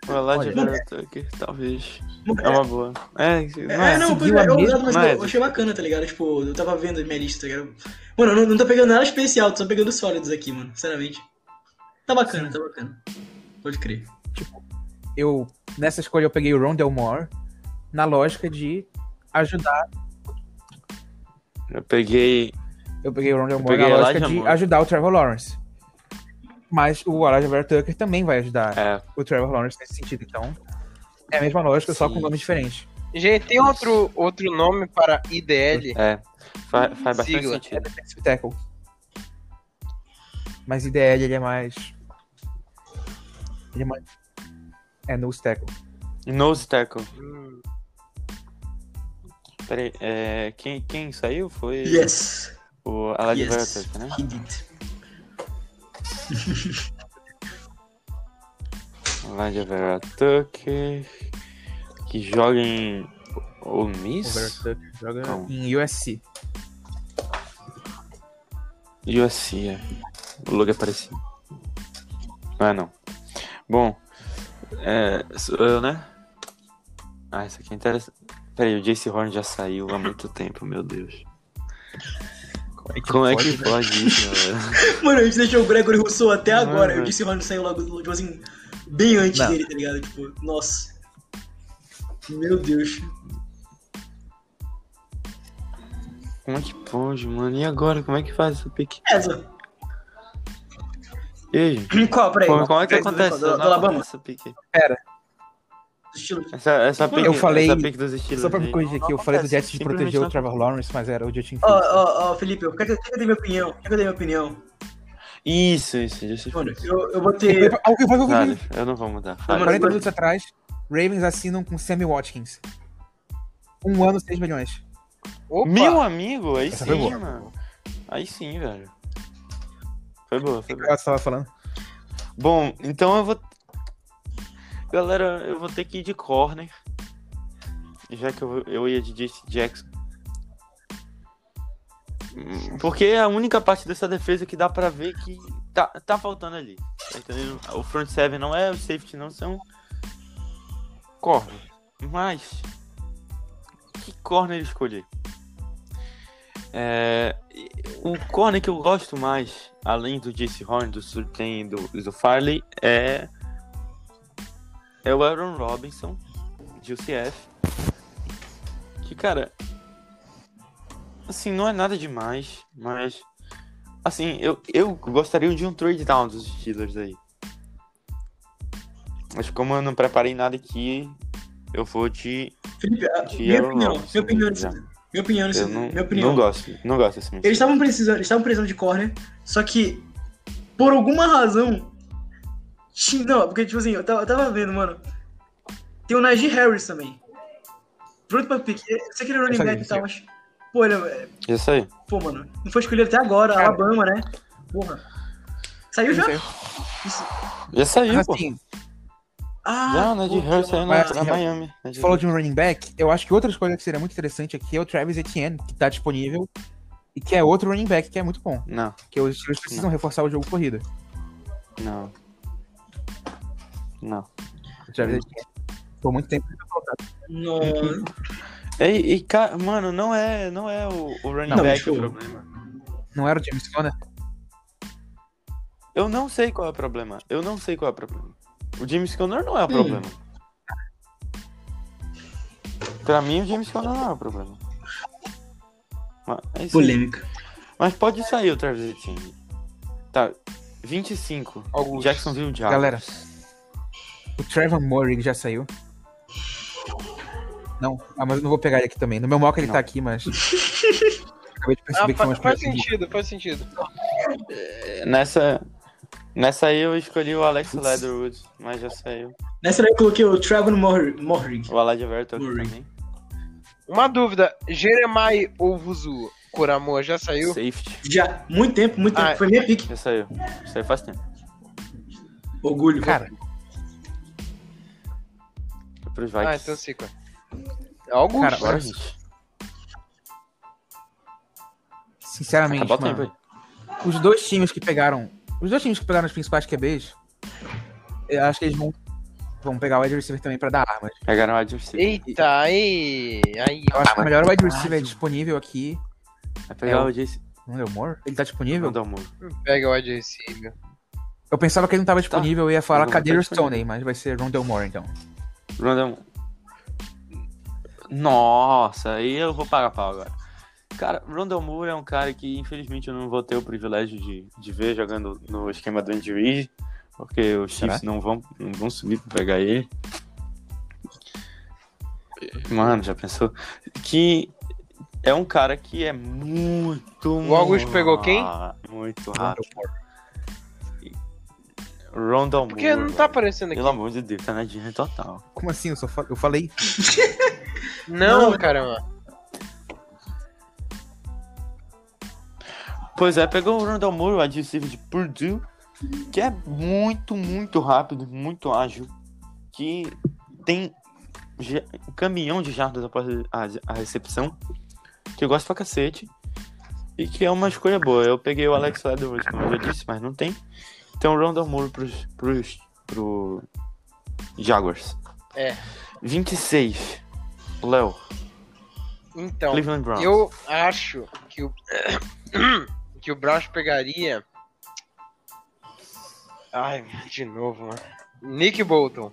A: Vai lá de
B: Olha.
A: Vera Tucker, talvez. É uma boa. É, não
D: É,
A: é.
D: não, pois
B: seguiu
D: é,
B: a
D: eu,
B: mesma-
D: mas
A: não
D: eu,
A: é,
D: eu achei bacana, tá ligado? Tipo, eu tava vendo minha lista, tá ligado? Mano, eu não, não tô pegando nada especial, tô só pegando sólidos aqui, mano, sinceramente. Tá bacana, tá bacana. Pode crer.
B: Eu, nessa escolha eu peguei o Rondell Moore na lógica de ajudar.
D: É.
A: Eu peguei.
B: Eu peguei o Rondell
A: Eu
B: Moore
A: peguei
B: na lógica
A: Elijah
B: de
A: Moore.
B: ajudar o Trevor Lawrence. Mas o Elijah Vera Tucker também vai ajudar
A: É,
B: o Trevor Lawrence nesse sentido. Então, é a mesma lógica, só com
A: Sim.
B: nomes diferentes.
E: Gente, tem outro, outro nome para IDL?
A: é. Fa- Faz, bastante
E: Sigla.
A: sentido.
B: É Defensive tackle. Mas IDL, ele é mais... Ele é mais... É nose tackle.
A: Nose tackle.
E: Hum,
A: Peraí, é, quem, quem saiu foi
D: Yes!
A: o Alad
D: Yes!
A: Vertek, né?
D: He did.
A: Alad Vertek, que joga em Ole Miss?
B: joga
A: Não.
B: em USC.
A: USC, é. O logo é parecido. Ah, não. Bom, é, sou eu, né? Ah, isso aqui é interessante. Peraí, o Jace Horn já saiu há muito tempo, meu Deus. Como é que pode isso, velho?
D: Mano, a gente deixou o Gregory Rousseau até
A: Mano.
D: agora. Eu disse o Ron saiu logo, tipo assim, bem antes
B: Não.
D: dele, tá ligado? Tipo, nossa. Meu Deus.
A: Como é que pode, mano? E agora? Como é que faz essa pique?
D: Essa.
A: E aí, gente?
D: Qual? Peraí.
A: Como, como é que
D: Peraí,
A: acontece?
D: Do, do
A: Não
D: Alabama?
A: Essa pique.
D: Estilo.
A: Essa, essa pique,
B: Eu falei-
A: essa pique dos estilos.
B: Só pra me
A: aí.
B: corrigir
A: Não-
B: aqui, eu
A: não
B: falei do
A: acontece,
B: Jets de proteger o
A: simplesmente Ah,
B: Trevor Lawrence, mas era o Justin
D: Ó,
B: Fields.
D: ó, ó, Felipe, eu quero, quero dar minha opinião. Quero dar minha opinião.
A: não- Isso, isso. Justin
D: Mano,
A: Fields.
D: eu, eu botei.
B: Ao que vai, ao que vai.
A: Sabe, eu não vou mudar. Fala.
D: mano,
B: 40
D: eu-
B: minutos atrás, Ravens assinam com Sammy Watkins. Um ano, 6 milhões.
E: Opa!
A: Meu amigo, aí
B: Essa
A: sim,
B: foi boa.
A: mano. Aí sim, velho. Foi boa, foi boa.
B: Eu tava falando.
A: Bom, então eu vou. Galera, eu vou ter que ir de corner. Já que eu, eu ia de Jace Jackson. Hum, Porque é a única parte dessa defesa que dá pra ver que tá, tá faltando ali. Tá entendendo? O front seven não é, o safety não são. Corner. Mas. Que corner escolher? É, e- o corner que eu gosto mais, além do Jace Horn, do Surtain e do, do Farley, é. É o Aaron Robinson, de UCF. Que, cara. Assim, não é nada demais, mas. Assim, eu, eu gostaria de um trade down dos Steelers aí. Mas como eu não preparei nada aqui, eu vou de.
D: Felipe, a-
A: de
D: minha
A: Aaron
D: opinião.
A: Robinson,
D: Minha opinião
A: já.
D: nisso. Minha opinião nisso.
A: Eu não,
D: Minha
A: não
D: opinião.
A: gosto. Não gosto assim. desse
D: Eles estavam precisando, eles estavam precisando de corner, só que por alguma razão ti- não, porque tipo assim, eu tava, eu tava vendo, mano. Tem o Najee Harris também. Pronto pra pick. Eu sei que ele é running
B: sabia
D: back e
B: disso.
D: tal, mas pô, ele é-
A: Isso aí.
D: pô, mano, não foi escolhido até agora,
B: Cara.
D: Alabama, né? Porra. Saiu já? Isso.
A: Já saiu,
B: Mas
A: pô.
B: assim,
D: Ah,
A: Já, né? De
D: puta,
A: Hurst aí
D: mano.
A: na,
B: mas,
A: na
B: assim,
A: Miami. né,
B: a
A: de-
B: gente falou de um running back, eu acho que outra escolha que seria muito interessante aqui é o Travis Etienne, que tá disponível, e que é outro running back que é muito bom,
A: Não,
B: que os Steelers precisam reforçar o jogo corrida.
A: não. Não.
B: O Travis Etienne. Por muito tempo.
D: Nossa.
A: E, e, ca- mano, não é, não é o, o running
D: Não,
A: back
D: show.
A: o problema.
B: Não era o né? James Conner?
A: Eu não sei qual é o problema. Eu não sei qual é o problema. O James Conner não é o problema. Pra mim, o James Conner não é o problema. Mas, é isso aí.
D: Polêmica.
A: Mas pode sair o Travis Etienne. Tá, 25.
E: Augusto.
A: Jacksonville Jaguars.
B: Galera, o Trevor Murray que já saiu. Não, ah, mas eu não vou pegar ele aqui também. No meu mock ele
A: Não.
B: tá aqui, mas. Acabei de
E: Ah,
B: perceber que foi uma
E: faz,
B: escolha
E: faz
B: que-
E: sentido, faz sentido.
A: Nessa, nessa aí eu escolhi o Alex Leatherwood, mas já saiu.
D: Nessa daí eu coloquei o Trevor Mor- Morrig.
A: O Alad Verto
D: Murray.
A: também.
E: Uma dúvida, Jeremiah ou Vuzu Kuramoa já saiu?
A: Safety.
D: Já, muito tempo, muito tempo.
E: Ah,
D: Foi minha pick.
A: Já saiu. Saiu faz tempo.
D: Orgulho.
B: Cara,
A: Foi Pros
E: Ah,
A: Vikings.
E: então Sica. Augusto.
B: Cara,
A: Bora, gente.
B: sinceramente,
A: Acabou o tempo
B: mano,
A: aí.
B: os dois times que pegaram. Os dois times que pegaram os principais QBs, eu acho que eles vão, vão pegar o wide receiver também pra dar armas.
A: Pegaram o Adrian Silva.
E: Eita, aí. Aí,
B: Eu
A: Ah,
B: acho que o melhor wide receiver
A: caralho.
B: disponível aqui.
A: Vai pegar o Jason.
B: Não deu more? Ele tá disponível?
A: Não dá um muito.
E: pega o wide receiver.
B: Eu pensava que ele não tava disponível, eu ia falar
A: Não, não tá
B: Kadir
A: disponível.
B: Stoney, mas vai ser Rondell Moore então.
A: Rondon. Nossa, aí eu vou pagar pau agora. Cara, Rondon Moore é um cara que infelizmente eu não vou ter o privilégio de, de ver jogando no esquema do Andy Reid, porque os
B: Será?
A: Chiefs não vão, não vão subir pra pegar ele. Mano, já pensou? Que é um cara que é muito.
E: O Augusto pegou quem?
A: ra- Muito
B: Rondell
A: rápido.
B: Moore.
A: Rondon Moore.
E: Porque não tá
A: velho.
E: aparecendo aqui.
A: Pelo amor de Deus, tá na dinheiro total.
B: Como assim? Eu, só fa- eu falei.
E: Não,
D: Não.
E: caramba.
A: Pois é, pegou o Rondon Moore, o adversário de Purdue, que é muito, muito rápido, muito ágil, que tem ja- caminhão de jardas após a, a recepção, que eu gosto pra cacete, e que é uma escolha boa. Eu peguei o Alex Leatherwood, como eu já disse, mas não tem. Então o Rondon Moore pros, pros, pro Jaguars.
E: É.
A: 26. Léo,
E: Então,
A: Cleveland Browns.
E: eu acho que o que o Browns pegaria Ai, de novo, mano. Nick Bolton.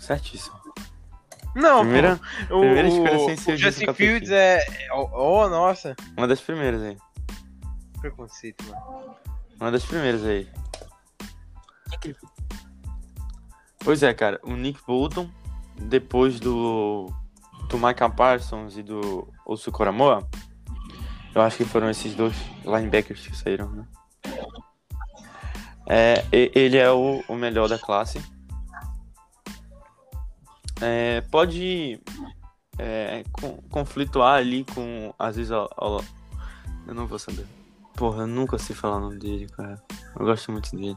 A: Certíssimo.
E: Não,
A: Primeira,
E: pô, o,
A: primeira escolha sem ser
E: o
A: dito
E: Justin
A: capítulo.
E: Fields é é- oh, nossa,
A: uma das primeiras aí.
E: preconceito, mano.
A: Uma das primeiras aí. Pois é, cara, o Nick Bolton, depois do, do Micah Parsons e do Osu Koramoa, eu acho que foram esses dois linebackers que saíram, né? É, e- ele é o, o melhor da classe. É, pode é, con- conflituar ali com, às vezes, ó, ó, eu não vou saber. Porra, eu nunca sei falar o nome dele, cara. Eu gosto muito dele.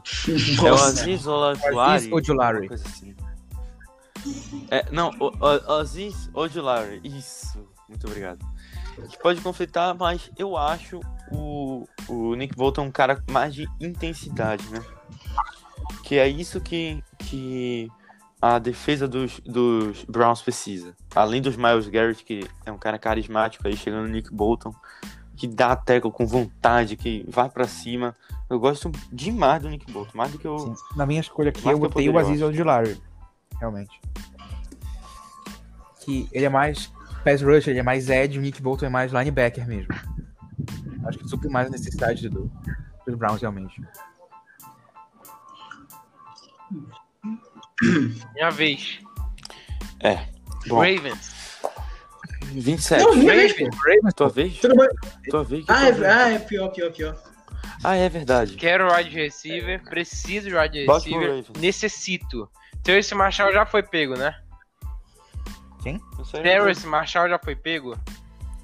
A: É o
D: Nossa.
A: Aziz Olajuwari.
B: Aziz Ojulari.
A: uma coisa assim. É, não, o, o, Aziz Ojulari. Isso. Muito obrigado. Que pode conflitar, mas eu acho o, o Nick Bolton um cara com mais de intensidade, né? Que é isso que, que a defesa dos, dos Browns precisa. Além dos Miles Garrett, que é um cara carismático aí, chegando no Nick Bolton, que dá a tecla com vontade, que vai pra cima. Eu gosto demais do Nick Bolton, mais do que eu
B: Sim, assim, Na minha escolha aqui,
A: Mas
B: eu
A: que eu
B: botei o
A: poderia,
B: Aziz
A: eu
B: Odilari. Realmente. Que ele é mais pass rush, ele é mais edge, o Nick Bolton é mais linebacker mesmo. Acho que supre mais a necessidade do, dos Browns, realmente.
E: Minha vez.
A: É. Bom.
E: Ravens.
A: 27.
D: Não, minha vez, pô.
E: Ravens.
A: Tua vez?
D: Tudo bem.
A: Tua vez?
D: Ah, é,
A: ah,
D: ah, é pior, pior, pior.
A: ah, é verdade.
E: Quero wide receiver, preciso de wide
A: Baltimore
E: receiver,
A: Ravens.
E: necessito. Terrence Marshall já foi pego, né?
A: Eu sei-
E: Terrence Marshall já foi pego?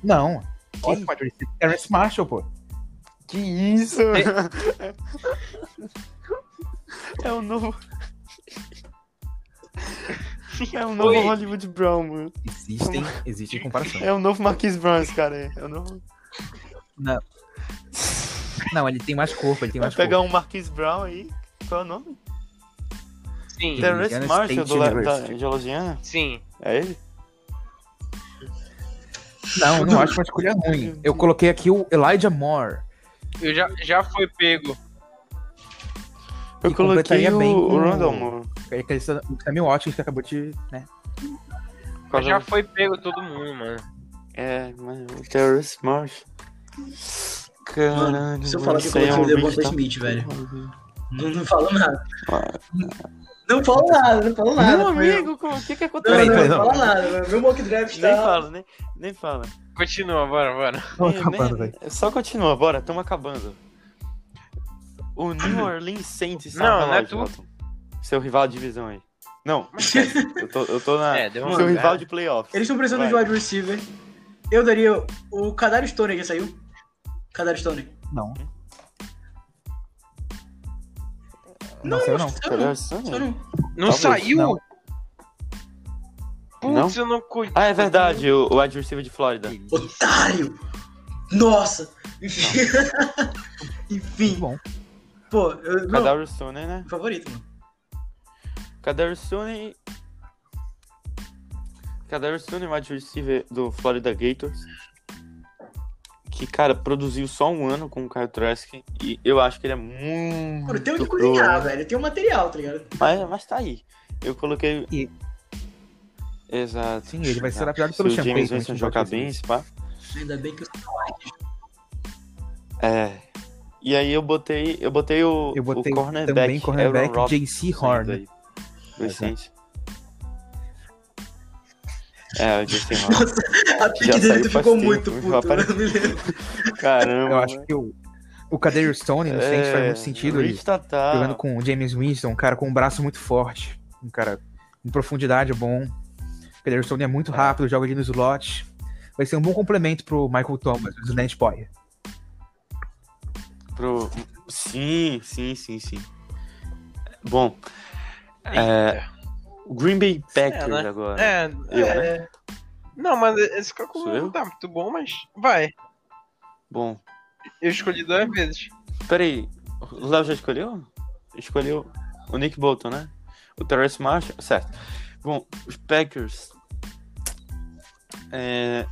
B: Não. Ótimo wide receiver. Terrence Marshall, pô.
A: Que isso? é o novo. É o novo
E: Oi.
A: Hollywood Brown, mano.
B: Existem, existe comparação.
A: É o novo Marquis Brown, esse cara aí. É o novo...
B: Não. Não, ele tem mais corpo, ele tem
A: Vai
B: mais
A: pegar
B: corpo.
A: um Marquis Brown aí. Qual é o nome?
E: Sim,
B: Ter-
A: Terrence
B: Indiana
A: Marshall,
B: State
A: do, La- da,
B: University.
A: de Louisiana.
E: sim.
A: É ele?
B: Não, eu não acho uma escolha ruim. Eu coloquei aqui o Elijah Moore.
E: Eu já, já foi pego.
A: Eu
B: E
A: coloquei
B: completaria
A: o,
B: bem
A: o
B: com o-
A: Rondon Moore.
B: que é aquele Sam- o Samuel Watkins que acabou de... Né?
A: por causa
E: Já
A: do-
E: foi pego todo mundo, mano.
A: É, mas o Terrence Marshall. Caralho.
D: Se eu
A: mano,
D: falar que eu
A: isso aí é um
D: coloquei o Devonta
A: bicho, tá?
D: Smith, velho. Não, não falo nada. Não falo nada, não falo nada.
A: Meu
D: foi eu.
A: amigo, como- o que que aconteceu?
D: Não,
B: Peraí, peraí,
D: não, não
B: não.
D: fala nada, mano. Meu mock draft
A: Nem
D: tá.
A: fala, nem, nem fala.
E: Continua, bora, bora.
B: Tô
A: Nem-
B: acabando,
A: nem-
B: tá velho.
A: Só continua, bora, tamo acabando. O New Orleans Saints
E: Não,
A: tava
E: não
A: lá,
E: é tu.
A: Jota. Seu rival de divisão aí. Não, eu tô, eu tô na.
E: É, deu uma
A: seu rival
E: olhada.
A: de playoff.
D: Eles estão precisando
A: Vai.
D: de um wide receiver. Eu daria o Kadar Stone que saiu. Kadar Stone.
B: Não. Não, saiu, não.
D: Saiu não. Saiu não.
E: Não
A: Talvez,
E: saiu?
B: não.
E: Putz, eu não cuidei.
A: Ah, é verdade, o, o wide receiver de Flórida.
D: Otário! Nossa! Enfim. Enfim.
B: Bom.
D: Pô, eu, não,
A: Kadar Sune, né?
D: favorito, mano.
A: Kadar Sune. Kadar Sune, wide receiver do Florida Gators. Que, cara, produziu só um ano com o Kyle Trask. E eu acho que ele é muito.
D: Mano, tem o que
A: cru,
D: cozinhar,
A: né?
D: velho. Tem o material, tá ligado?
A: Mas, mas tá aí. Eu coloquei.
B: E-
A: Exato.
B: Sim, ele vai ser
A: Ah,
B: lapidado
A: Se
B: pelo
A: o
B: Sean
A: James
B: Payton, assim.
A: Winston
B: gente,
A: jogar
B: pode dizer.
A: bem, esse pá.
D: Ainda bem que eu
A: É. E aí eu botei, eu botei o,
B: Eu botei
A: o cornerback,
B: também cornerback
A: Aaron Robinson
B: JC Horn.
A: aí, recente. É, o JC Horn.
D: A pique dele
A: saiu
D: tu
A: faz
D: ficou
A: tempo,
D: muito
A: já
D: puto, né?
A: apareceu.
D: Me lembro.
A: Caramba. é,
B: Eu acho que o, o Kader Stone, no Saints, faz muito sentido. ele
A: Rich tá, Tatá.
B: Jogando com o James Winston, um cara com um braço muito forte. Um cara em profundidade bom. O Kader Stone é muito rápido, joga ali no slot. Vai ser um bom complemento pro Michael Thomas, do Net Boy.
A: Pro... Sim, sim, sim, sim. Bom, é, o Green Bay Packers
E: É, né?
A: agora.
E: É,
A: Eu,
E: é.
A: né?
D: É,
E: Não, mas esse
A: Sou
E: cálculo
A: eu?
E: não tá muito bom, mas vai.
A: Bom,
E: Eu escolhi duas vezes.
A: peraí. O Léo já escolheu? Escolheu o Nick Bolton, né? O Terrence Marshall, certo. Bom, os Packers. É...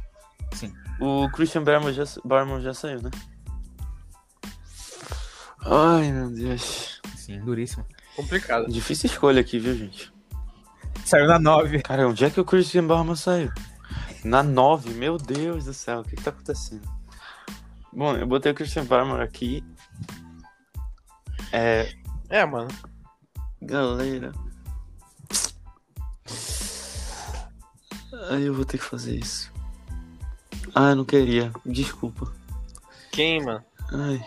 B: Sim.
A: O Christian Barman já, Barman já saiu, né? Ai, meu Deus.
B: Sim, duríssimo.
E: Complicado.
A: Difícil escolha aqui, viu, gente?
B: Saiu na 9.
A: Cara, onde é que o Christian Barman saiu? Na 9, meu Deus do céu, o que, que tá acontecendo? Bom, eu botei o Christian Barman aqui. É,
E: É, mano.
A: Galera. Ai, eu vou ter que fazer isso. Ah, eu não queria. Desculpa.
E: Quem, mano?
A: Ai.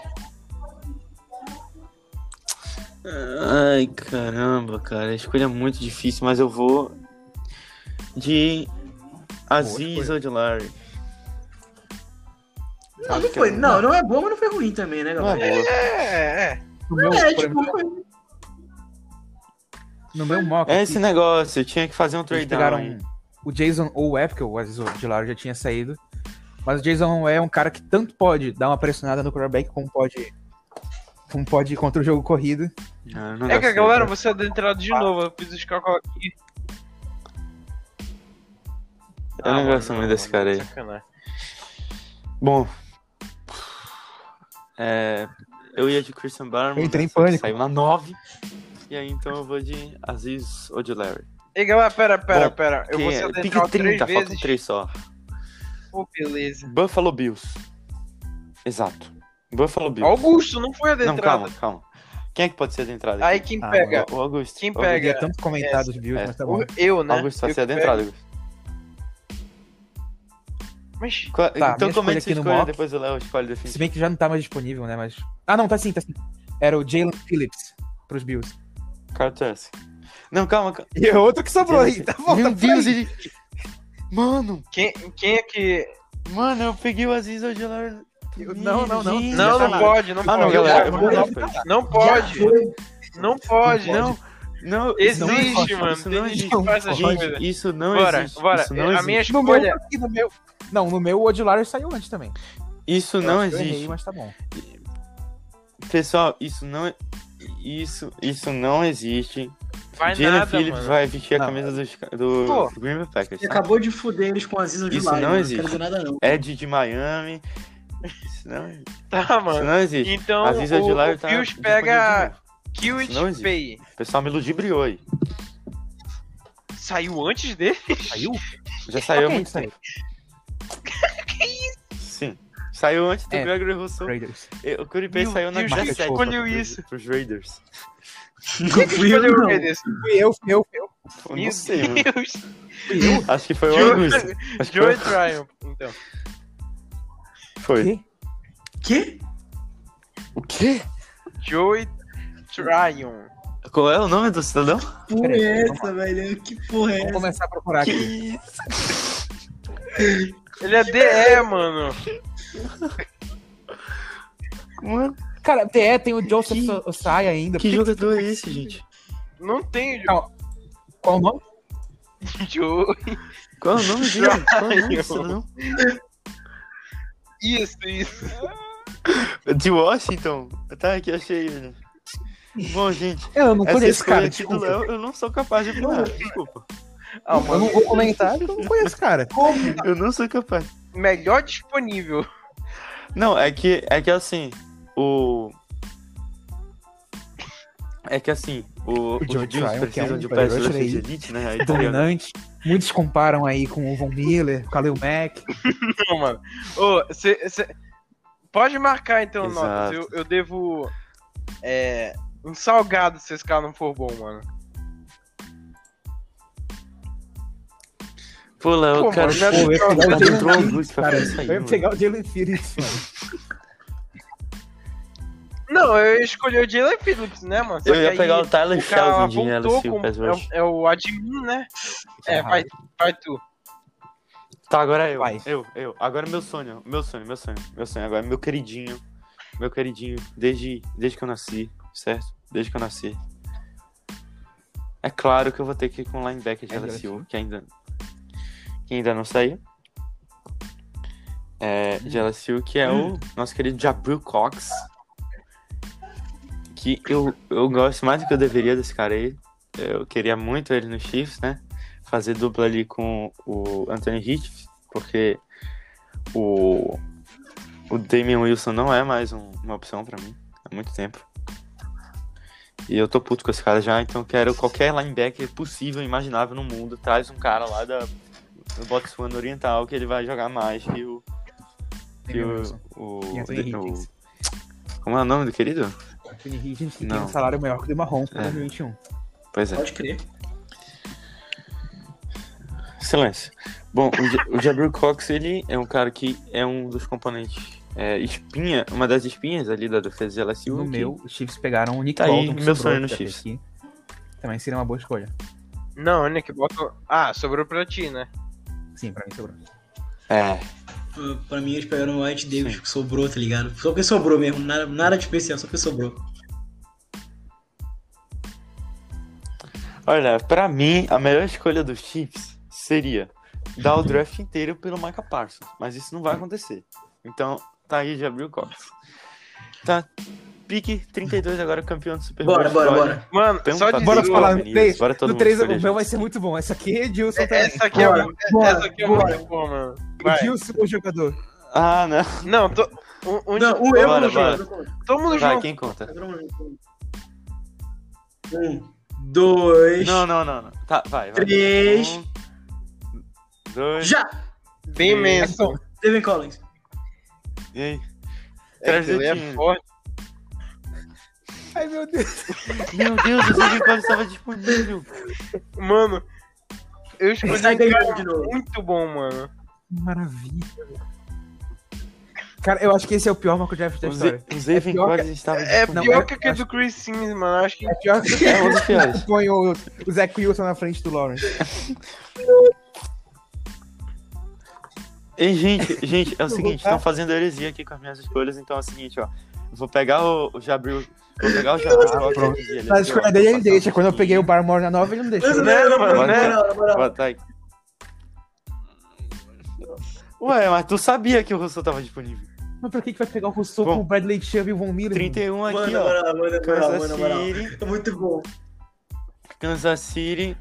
A: Ai, caramba, cara. A escolha é muito difícil, mas eu vou. De. Aziz Odilari.
D: Não, não foi. Não, não é bom, mas não foi ruim também, né,
A: Não
D: galera?
A: é boa.
E: É, é.
B: No meu,
D: É,
B: por
D: tipo,
B: exemplo,
D: não foi ruim.
B: no meu mock,
A: É
B: aqui,
A: esse negócio. Eu tinha que fazer um
B: eles
A: trade down.
B: pegaram
A: aí.
B: o Jason Owe, porque o Aziz de Laro já tinha saído. Mas o Jason Owe é um cara que tanto pode dar uma pressionada no quarterback, como pode, como pode ir contra o jogo corrido.
A: Ah, não
E: É que
A: gostei.
E: galera, você é adentrado de novo. Eu fiz os cálculos aqui.
A: Eu não
E: Ah, mano,
A: gosto muito desse
E: mano,
A: cara aí.
E: sacanagem.
A: Bom. É, eu ia de Christian Barman.
B: Eu entrei em
A: né, só que
B: pânico.
A: Saiu na 9. E aí então eu vou de Aziz ou de Larry.
E: Ei, galera, pera, pera,
A: Bom,
E: pera. Eu vou
A: Que
E: ser
A: é pique 30,
E: adentrado três
A: faltam
E: vezes.
A: 3 só.
E: Pô, beleza.
A: Buffalo Bills. Exato. Buffalo Bills.
E: Augusto, não
A: Não,
E: foi adentrado.
A: calma, calma. Quem é que pode ser adentrado?
E: Aí quem
B: Ah,
E: pega?
A: É O Augusto.
E: Quem
A: Augusto.
E: pega?
B: Peguei é tanto comentado os Bills,
A: é.
B: mas tá bom.
E: Eu, né?
A: Augusto vai
E: Eu
A: ser
E: que
A: adentrado. Augusto.
E: pego. Mas
A: Qual-
B: Tá, minha
A: então
B: escolha
A: comente sua
B: aqui no
A: escolha,
B: mock.
A: depois o Léo escolhe
B: Se
A: definitivamente.
B: bem que já não tá mais disponível, né? Mas. Ah, não, tá sim, tá sim. Era o Jalen Phillips pros Bills.
A: Carl Trask. Não, calma, calma.
B: E é outro que sobrou aí, tá bom?
A: Meu
B: tá
A: Deus,
B: aí.
A: ele... Mano,
E: quem, quem é que.
A: mano, eu peguei o Aziz Ojelar.
B: Eu- não, não, não.
A: Gente.
E: Não, não
B: tá
E: pode, não
A: Ah, não,
E: pode.
A: galera. eu
E: Não,
A: vou mudar
E: não,
A: o prêmio.
E: pode,
D: Já foi.
E: não pode.
A: Não, não. isso não
E: Existe, mano.
A: Isso não
E: Tem gente
A: existe.
E: que faz as coisas.
A: Gente, isso não
E: Bora,
A: existe.
E: bora. É,
A: Isso não
E: A minha
A: existe.
B: No meu, tá
E: escolha.
B: aqui, no meu. Não, no meu o Odilari saiu antes também.
A: Isso
B: Eu
A: não
B: acho que eu
A: existe.
B: errei, mas tá bom.
A: Pessoal, isso não é- isso isso não existe.
E: Vai
A: Jalen
E: nada,
A: Phillips
E: mano.
A: vai vestir a
B: Não.
A: camisa dos ca- do,
E: Pô.
A: do Green Bay Packers.
D: Você
A: tá?
D: acabou de fuder eles com as isas de
A: Isso
D: lá.
A: não
D: mano.
A: existe.
D: Não quero dizer nada, não.
A: Ed de Miami. Isso não, isso
E: Tá, mano.
A: não existe.
E: Então,
A: Às vezes a
E: o,
A: de lá
E: o
A: tá
E: Pius
A: disponível de
E: pega
A: novo.
E: Kiwit
A: Não existe.
E: Pay.
A: O pessoal me ludibriou aí.
E: Saiu antes dele?
B: Saiu?
A: Já saiu há
B: Ok,
A: muito
B: saiu.
A: tempo. Sim. Saiu antes do
B: É.
A: Gregory Rousseau.
B: Raiders.
A: E O Curry Bay
E: Meu
A: saiu na
E: Deus,
A: 17.
E: quem escolheu isso?
A: Pros Raiders.
D: Não fui eu,
E: Escolheu
D: não.
E: ele.
B: Fui eu, fui eu, fui eu.
A: Eu
E: um Meu
A: não sei, mano.
E: Deus.
A: Acho que foi o Augusto.
E: Joy,
A: Acho que
E: Joy
A: foi.
E: Triumph, então.
A: foi.
B: Quê?
D: Quê?
A: O quê?
E: Joy Triumph.
A: Qual é o nome do cidadão?
D: Porra
B: Peraí,
D: é
B: vamos
D: essa, velho? Que porra é
B: Vamos
D: essa?
B: começar a procurar aqui.
E: Ele é DE, mano.
A: Mano,
B: Cara, TE tem o Joseph
A: Que-
B: Osai ainda.
A: que
B: Por que-
A: jogador é esse, gente?
E: Não tem
B: Qual o nome?
E: Joy.
A: Qual é o nome dele? Qual é o nome
E: Joel.
A: desse cidadão?
E: Isso, isso.
A: De Washington? Tá aqui, achei ele. Bom, gente,
B: Eu não
A: essa
B: conheço,
A: escolha
B: cara.
A: aqui do
B: desculpa.
A: Léo, eu não sou capaz de falar, desculpa.
E: Ah,
B: Eu
E: mano,
B: não vou comentar porque eu não conheço, cara.
D: Como?
A: Eu não sou capaz.
E: melhor disponível.
A: Não, é que, é que assim, o... É que assim, o, os
B: George
A: Bills
B: Ryan, que é
A: precisam
B: um
A: de um
B: jogador é?
A: pass rusher de
B: aí.
A: elite, né? Aí, tá ligado?
B: Dominante. Muitos comparam aí com o Von Miller, com o Khalil Mack.
E: Não, mano. Ô, cê, cê- Pode marcar então,
A: Exato.
E: notas. Eu, eu devo. É. Um salgado se esse cara não for bom, mano.
A: Pô, Léo,
E: Pô,
A: cara,
E: mano, já-
A: pô,
B: Pô, eu ia pegar o
A: entrou uma
B: Jalen
A: luz pra
B: cara.
A: fazer isso aí,
B: Eu ia
A: mano.
B: pegar o Jalen Phillips, mano.
E: Não, eu escolhi o Jalen Phillips, né, mano? Só
A: eu
E: que
A: ia
E: aí
A: pegar o Tyler
E: o cara
A: Sheldon de
E: voltou
A: LSU
E: com.
A: pass
E: É,
A: rush.
E: o- é o admin, né? É, vai, vai tu.
A: Tá, agora eu.
B: Vai.
A: Eu, eu. Agora é meu sonho, meu sonho, meu sonho, meu sonho. Agora é meu queridinho, meu queridinho, desde, desde que eu nasci, certo? Desde que eu nasci. É claro que eu vou ter que ir com o linebacker de
B: É
A: LSU, que ainda, que ainda não saiu. É, de LSU, que é o nosso querido Jabril Cox. Que eu, eu gosto mais do que eu deveria desse cara aí. Eu queria muito ele no Chiefs, né? fazer dupla ali com o Anthony Hitch, porque o, o Damian Wilson não é mais um- uma opção pra mim há muito tempo. E eu tô puto com esse cara já, então quero qualquer linebacker possível, imaginável no mundo. Traz um cara lá da do Botswana Oriental que ele vai jogar mais que o. Que o, é o,
B: E Anthony
A: de- o-
B: Hitchens.
A: Como é o nome do querido?
B: Anthony Higgins que tem
A: Não.
B: um salário maior que o de Marrom pra
A: É.
B: 2021.
A: Pois é.
D: Pode crer.
A: Silêncio. Bom, o, Ja- o Jabril Cox, ele é um cara que é um dos componentes é, espinha, uma das espinhas ali da defesa de LSU.
B: No
A: que-
B: meu, os Chiefs pegaram o Nick
A: Tá aí,
B: Bolton. que
A: meu
B: sobrou
A: sonho no
B: até
A: Chiefs.
B: aqui. Também seria uma boa escolha.
E: Não, Nick, bota. Ah, sobrou pra ti, né?
B: Sim, pra mim sobrou.
A: É,
D: Pra- Pra mim, eles pegaram o White Davis que sobrou, tá ligado? Só que sobrou mesmo, nada, nada de especial, só que sobrou.
A: olha, pra mim, a melhor escolha dos Chiefs seria dar o draft inteiro pelo Micah Parsons, mas isso não vai acontecer. Então, tá aí Jabril Cox. Tá, pique 32 agora, campeão do Super Bowl.
D: Bora, bora,
A: Olha,
D: bora.
E: Mano,
A: tem um
E: só
A: fator
E: de
B: Bora
A: de
B: falar
A: conveniência,
B: três.
A: Bora todo
B: Do
A: mundo
B: 3
A: escolher
B: o meu vai
A: junto.
B: ser muito bom. Essa aqui é Edilson
A: então.
B: também.
E: Essa aqui é
D: Bora,
E: uma.
B: bora,
E: Essa aqui é
B: bora.
E: uma boa, mano. Vai.
B: Edilson, o jogador.
A: Ah, não.
E: Não, tô. Um, um,
D: Não, um eu
A: Bora,
D: não
A: bora.
D: jogo.
E: Todo mundo
A: Vai,
E: junto.
A: quem conta?
D: Um, dois,
A: Não, não, não. não. Tá, vai, vai.
D: três.
A: Um, dois.
D: Já!
E: Bem
A: é?
E: imenso.
D: Devin Collins.
A: E aí? Traz
E: Ele é
A: dedinho.
E: forte.
B: Ai, meu Deus.
A: Meu Deus, o Sidney Collins estava disponível.
E: Mano, eu escolhi
D: Sai
E: um
D: daí
E: cara
D: de novo.
E: muito bom, mano.
B: Maravilha. Cara, eu acho que esse é o pior Marco Draft da
A: O
B: história.
A: Ze- o Zevin
B: É pior que-
A: Collins estava
E: É
A: disponível.
B: Não,
E: pior
B: eu
E: que aquele do Chris Sims, mano. Acho que
B: É pior que
A: É um dos piores.
B: põe o, o Zach Wilson na frente do Lawrence.
A: Ei, gente, gente, é o
B: vou
A: seguinte,
B: dar.
A: estão fazendo heresia aqui com as minhas escolhas, então é o seguinte, ó. Eu Vou pegar o, o Jabril. Vou pegar o Jabril.
B: pronto.
A: é
B: Na escolha dele ele
A: um
B: deixa. Quando eu peguei o Barmore na nova, ele não deixou.
D: Não,
E: né,
D: não, não,
E: mano,
D: não,
A: né?
D: não, não, não, não.
A: Bota aí. Ué, mas tu sabia que o Russell tava disponível.
B: Mas pra que, que vai pegar o Rousseau
A: Bom.
B: com o Bradley Chubb e o Von Miller?
A: 31 aqui,
D: Mano,
A: ó. assim.
D: mano, mano, mano,
A: Kansas
D: mano, mano.
A: City.
D: Tá Muito bom.
A: Kansas City.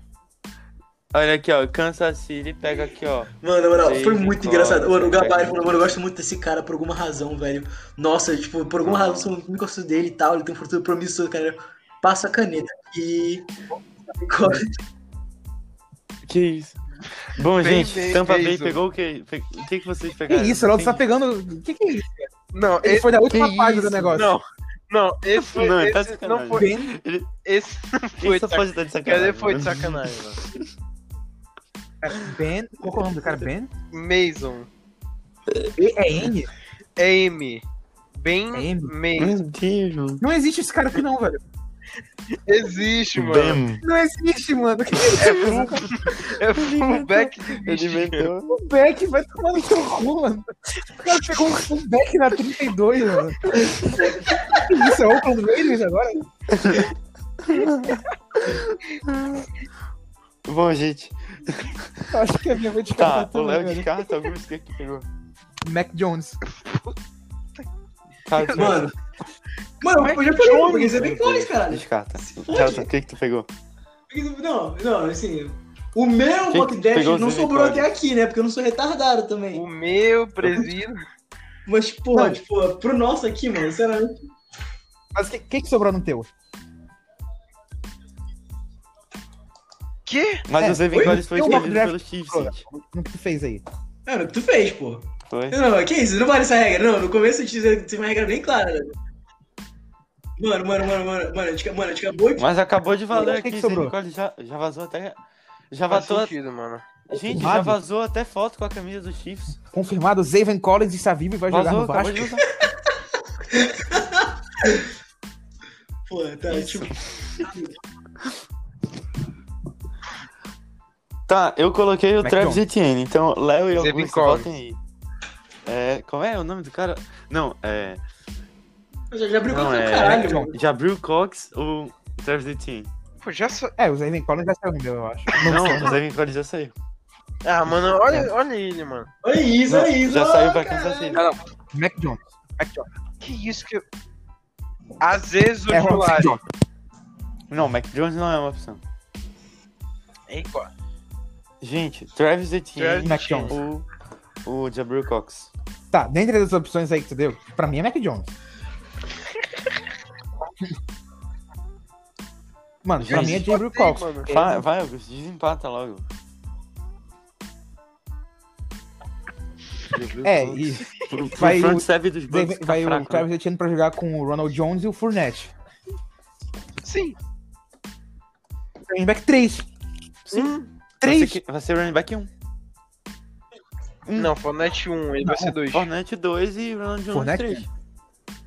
A: Olha aqui, ó. Kansas City pega aqui, ó.
D: Mano, mano, foi
A: David
D: muito
A: Collins,
D: engraçado. Mano, o Gabari
A: Beckman.
D: falou, mano, eu gosto muito desse cara por alguma razão, velho. Nossa, tipo, por
A: Uhum.
D: alguma razão, sou muito gosto dele e tal, ele tem um futuro promissor, cara. Passa a caneta e...
A: Que isso. Bom,
E: Bem,
A: gente,
E: bem,
A: Tampa
E: bem,
A: Bay
E: isso.
A: pegou o que? O que, que vocês
B: Que
A: pegaram?
B: isso, o Lopes tá
A: Entendi.
B: pegando. Que que é isso?
E: Não,
B: Ele
E: esse-
B: foi da última
E: que
B: página
E: isso?
B: do negócio.
E: Não, não, esse,
A: Não, ele tá
E: esse
A: sacanagem.
E: não foi.
B: Ben-
E: Esse não foi.
A: Isso só
E: de
A: pode dar de sacanagem.
E: Cadê foi de
A: mano.
E: sacanagem, mano?
B: cara, Ben. Qual que é o nome do cara? Ben?
E: Mason.
B: E- É N?
E: É M. Bem
B: É M?
E: Mason.
A: Meu Deus.
B: Não existe esse cara aqui, não, velho.
E: Existe, mano.
A: Bem,
B: Não existe, mano. Que isso?
E: É fullback de
A: ele
E: bicho.
A: inventou.
B: O Beck vai tomar no seu cu, mano. O cara pegou um um Beck na 32, mano. Que isso? É Oakland Raiders agora?
A: Bom, gente.
B: Eu acho que a minha vai descartar
A: Tá, o
B: tudo,
A: Léo
B: velho.
A: Tá, descarta alguns que que pegou.
B: Mac Jones.
A: Cara,
D: Mano.
A: é
D: Mano, eu já peguei um, porque você tem clones, caralho.
A: Descarta.
D: fode.
A: Cara, o que que tu pegou?
D: Não, não, assim. O meu
A: Quem
D: mockdraft
A: pegou
D: não
A: os Uhum.
D: sobrou
A: Victorious?
D: até aqui, né? Porque eu não sou retardado também.
E: O meu
A: Tá
E: presídio.
D: Mas, porra,
B: Não.
D: tipo, pro nosso aqui, mano, sinceramente.
B: Mas o que, que que sobrou no teu?
E: Que?
A: Mas
B: É,
A: os Eventuários
B: oi?
A: foi
B: Tem um
A: escolhido
B: draft
A: pelos Chiefs, gente.
B: No que tu fez aí?
D: Mano, o que tu fez, pô?
A: Foi?
D: Não, que isso? Não vale essa regra. Não, no começo eu te disse- tinha uma regra bem clara. né? Mano, mano, mano, mano, mano, a gente, mano, a gente acabou de.
A: Mas acabou de
B: Mas
A: valer
B: o que que
A: aqui,
B: sobrou?
A: Nicole já, já vazou até. Já
E: Faz
A: vazou.
E: sentido, mano.
A: Gente, já
B: Confirmado?
A: vazou até foto com a camisa dos Chiefs.
B: Confirmado, Zayvon Collins está vivo e vai jogar
A: Vazou,
B: no
A: acabou
B: Vasco.
A: de vazar.
D: Pô, tá,
A: Isso.
D: tipo.
A: Tá, eu coloquei o
B: Mac
A: Travis Etienne, então Léo e
E: Zevin
A: Augusto,
E: Collins.
A: votem aí. É, como é o nome do cara? Não, é...
D: Já, já brigou
A: Não,
D: com o
A: é-
D: caralho,
B: John.
D: mano.
A: Jabril Cox ou Travis Etienne?
E: Pô, já só.
B: É, o Zayvon Collins já saiu no meu, eu acho.
A: Não, o Zevin Collins já saiu.
E: Ah,
B: Tá.
E: mano, olha, olha ele, mano.
D: Olha isso,
A: Não,
D: olha isso.
A: já
D: ó,
A: saiu pra
D: caralho.
A: Kansas City.
B: Mac Jones. Mac Jones.
E: Que isso que. Às vezes o
B: É Ronald
E: titular.
B: Jones.
A: Não, Mac Jones não é uma opção.
E: Ei, pô.
A: Gente, Travis Etienne
B: Mac Jones.
A: ou o Jabril Cox.
B: Tá, dentre as opções aí que tu deu, pra mim é Mac Jones. Mano, pra
A: Gente,
B: mim é Gabriel Cox.
E: mano.
A: Vai, vai, Augusto, desempata logo. Jabril
B: É,
A: Cox.
B: e
A: Pro, pro
B: vai
A: front
B: o-
A: seven dos
B: daí
A: Bucks fica
B: vai o
A: fraco, né?
B: Travis Etienne pra jogar com o Ronald Jones e o Fournette.
E: Sim.
B: Running back 3. Um,
E: Sim.
A: Vai ser
B: 3.
A: que- Vai ser running back 1.
E: Não, Fornet 1, ele vai ser 2.
A: Fornet 2 e Ronald Jones
B: Fournette?
A: 3.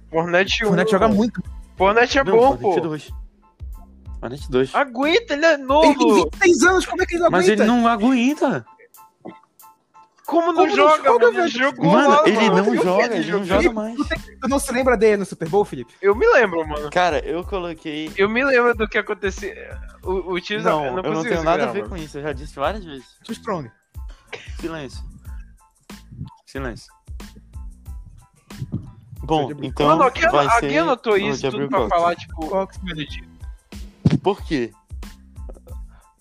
E: Fornet
B: O
E: 1.
B: Fournette joga muito.
E: Fornet um. é bom, pô.
A: 2. Fornet 2.
E: Aguenta, ele é
B: Ele tem
E: novo.
B: 26 anos, como é que ele não
A: Mas
B: Ah, aguenta?
A: ele não aguenta.
E: Como não
B: Como não
E: joga,
B: joga,
E: mano? Ele
B: velho?
E: jogou
A: Mano,
E: lá,
A: ele
E: mano.
A: não
E: Eu-
A: joga, ele não joga
B: Felipe,
A: mais.
B: Tu não se lembra dele no Super Bowl, Felipe?
E: Eu me lembro, mano.
A: Cara, eu coloquei.
E: Eu me lembro do que acontecia. O, o time
A: Não,
E: eu
A: eu não
E: consigo
A: tenho nada a
E: segurar,
A: ver
E: mano.
A: com isso. Eu já disse várias vezes.
B: Too strong.
A: Silêncio. Silêncio. Bom,
B: Jabril
A: então.
E: Mano, alguém,
A: vai
E: alguém
A: ser
E: anotou
A: o
E: isso tudo
A: Jabril
E: pra
A: Cox.
E: falar, tipo,
B: Cox.
A: Por quê?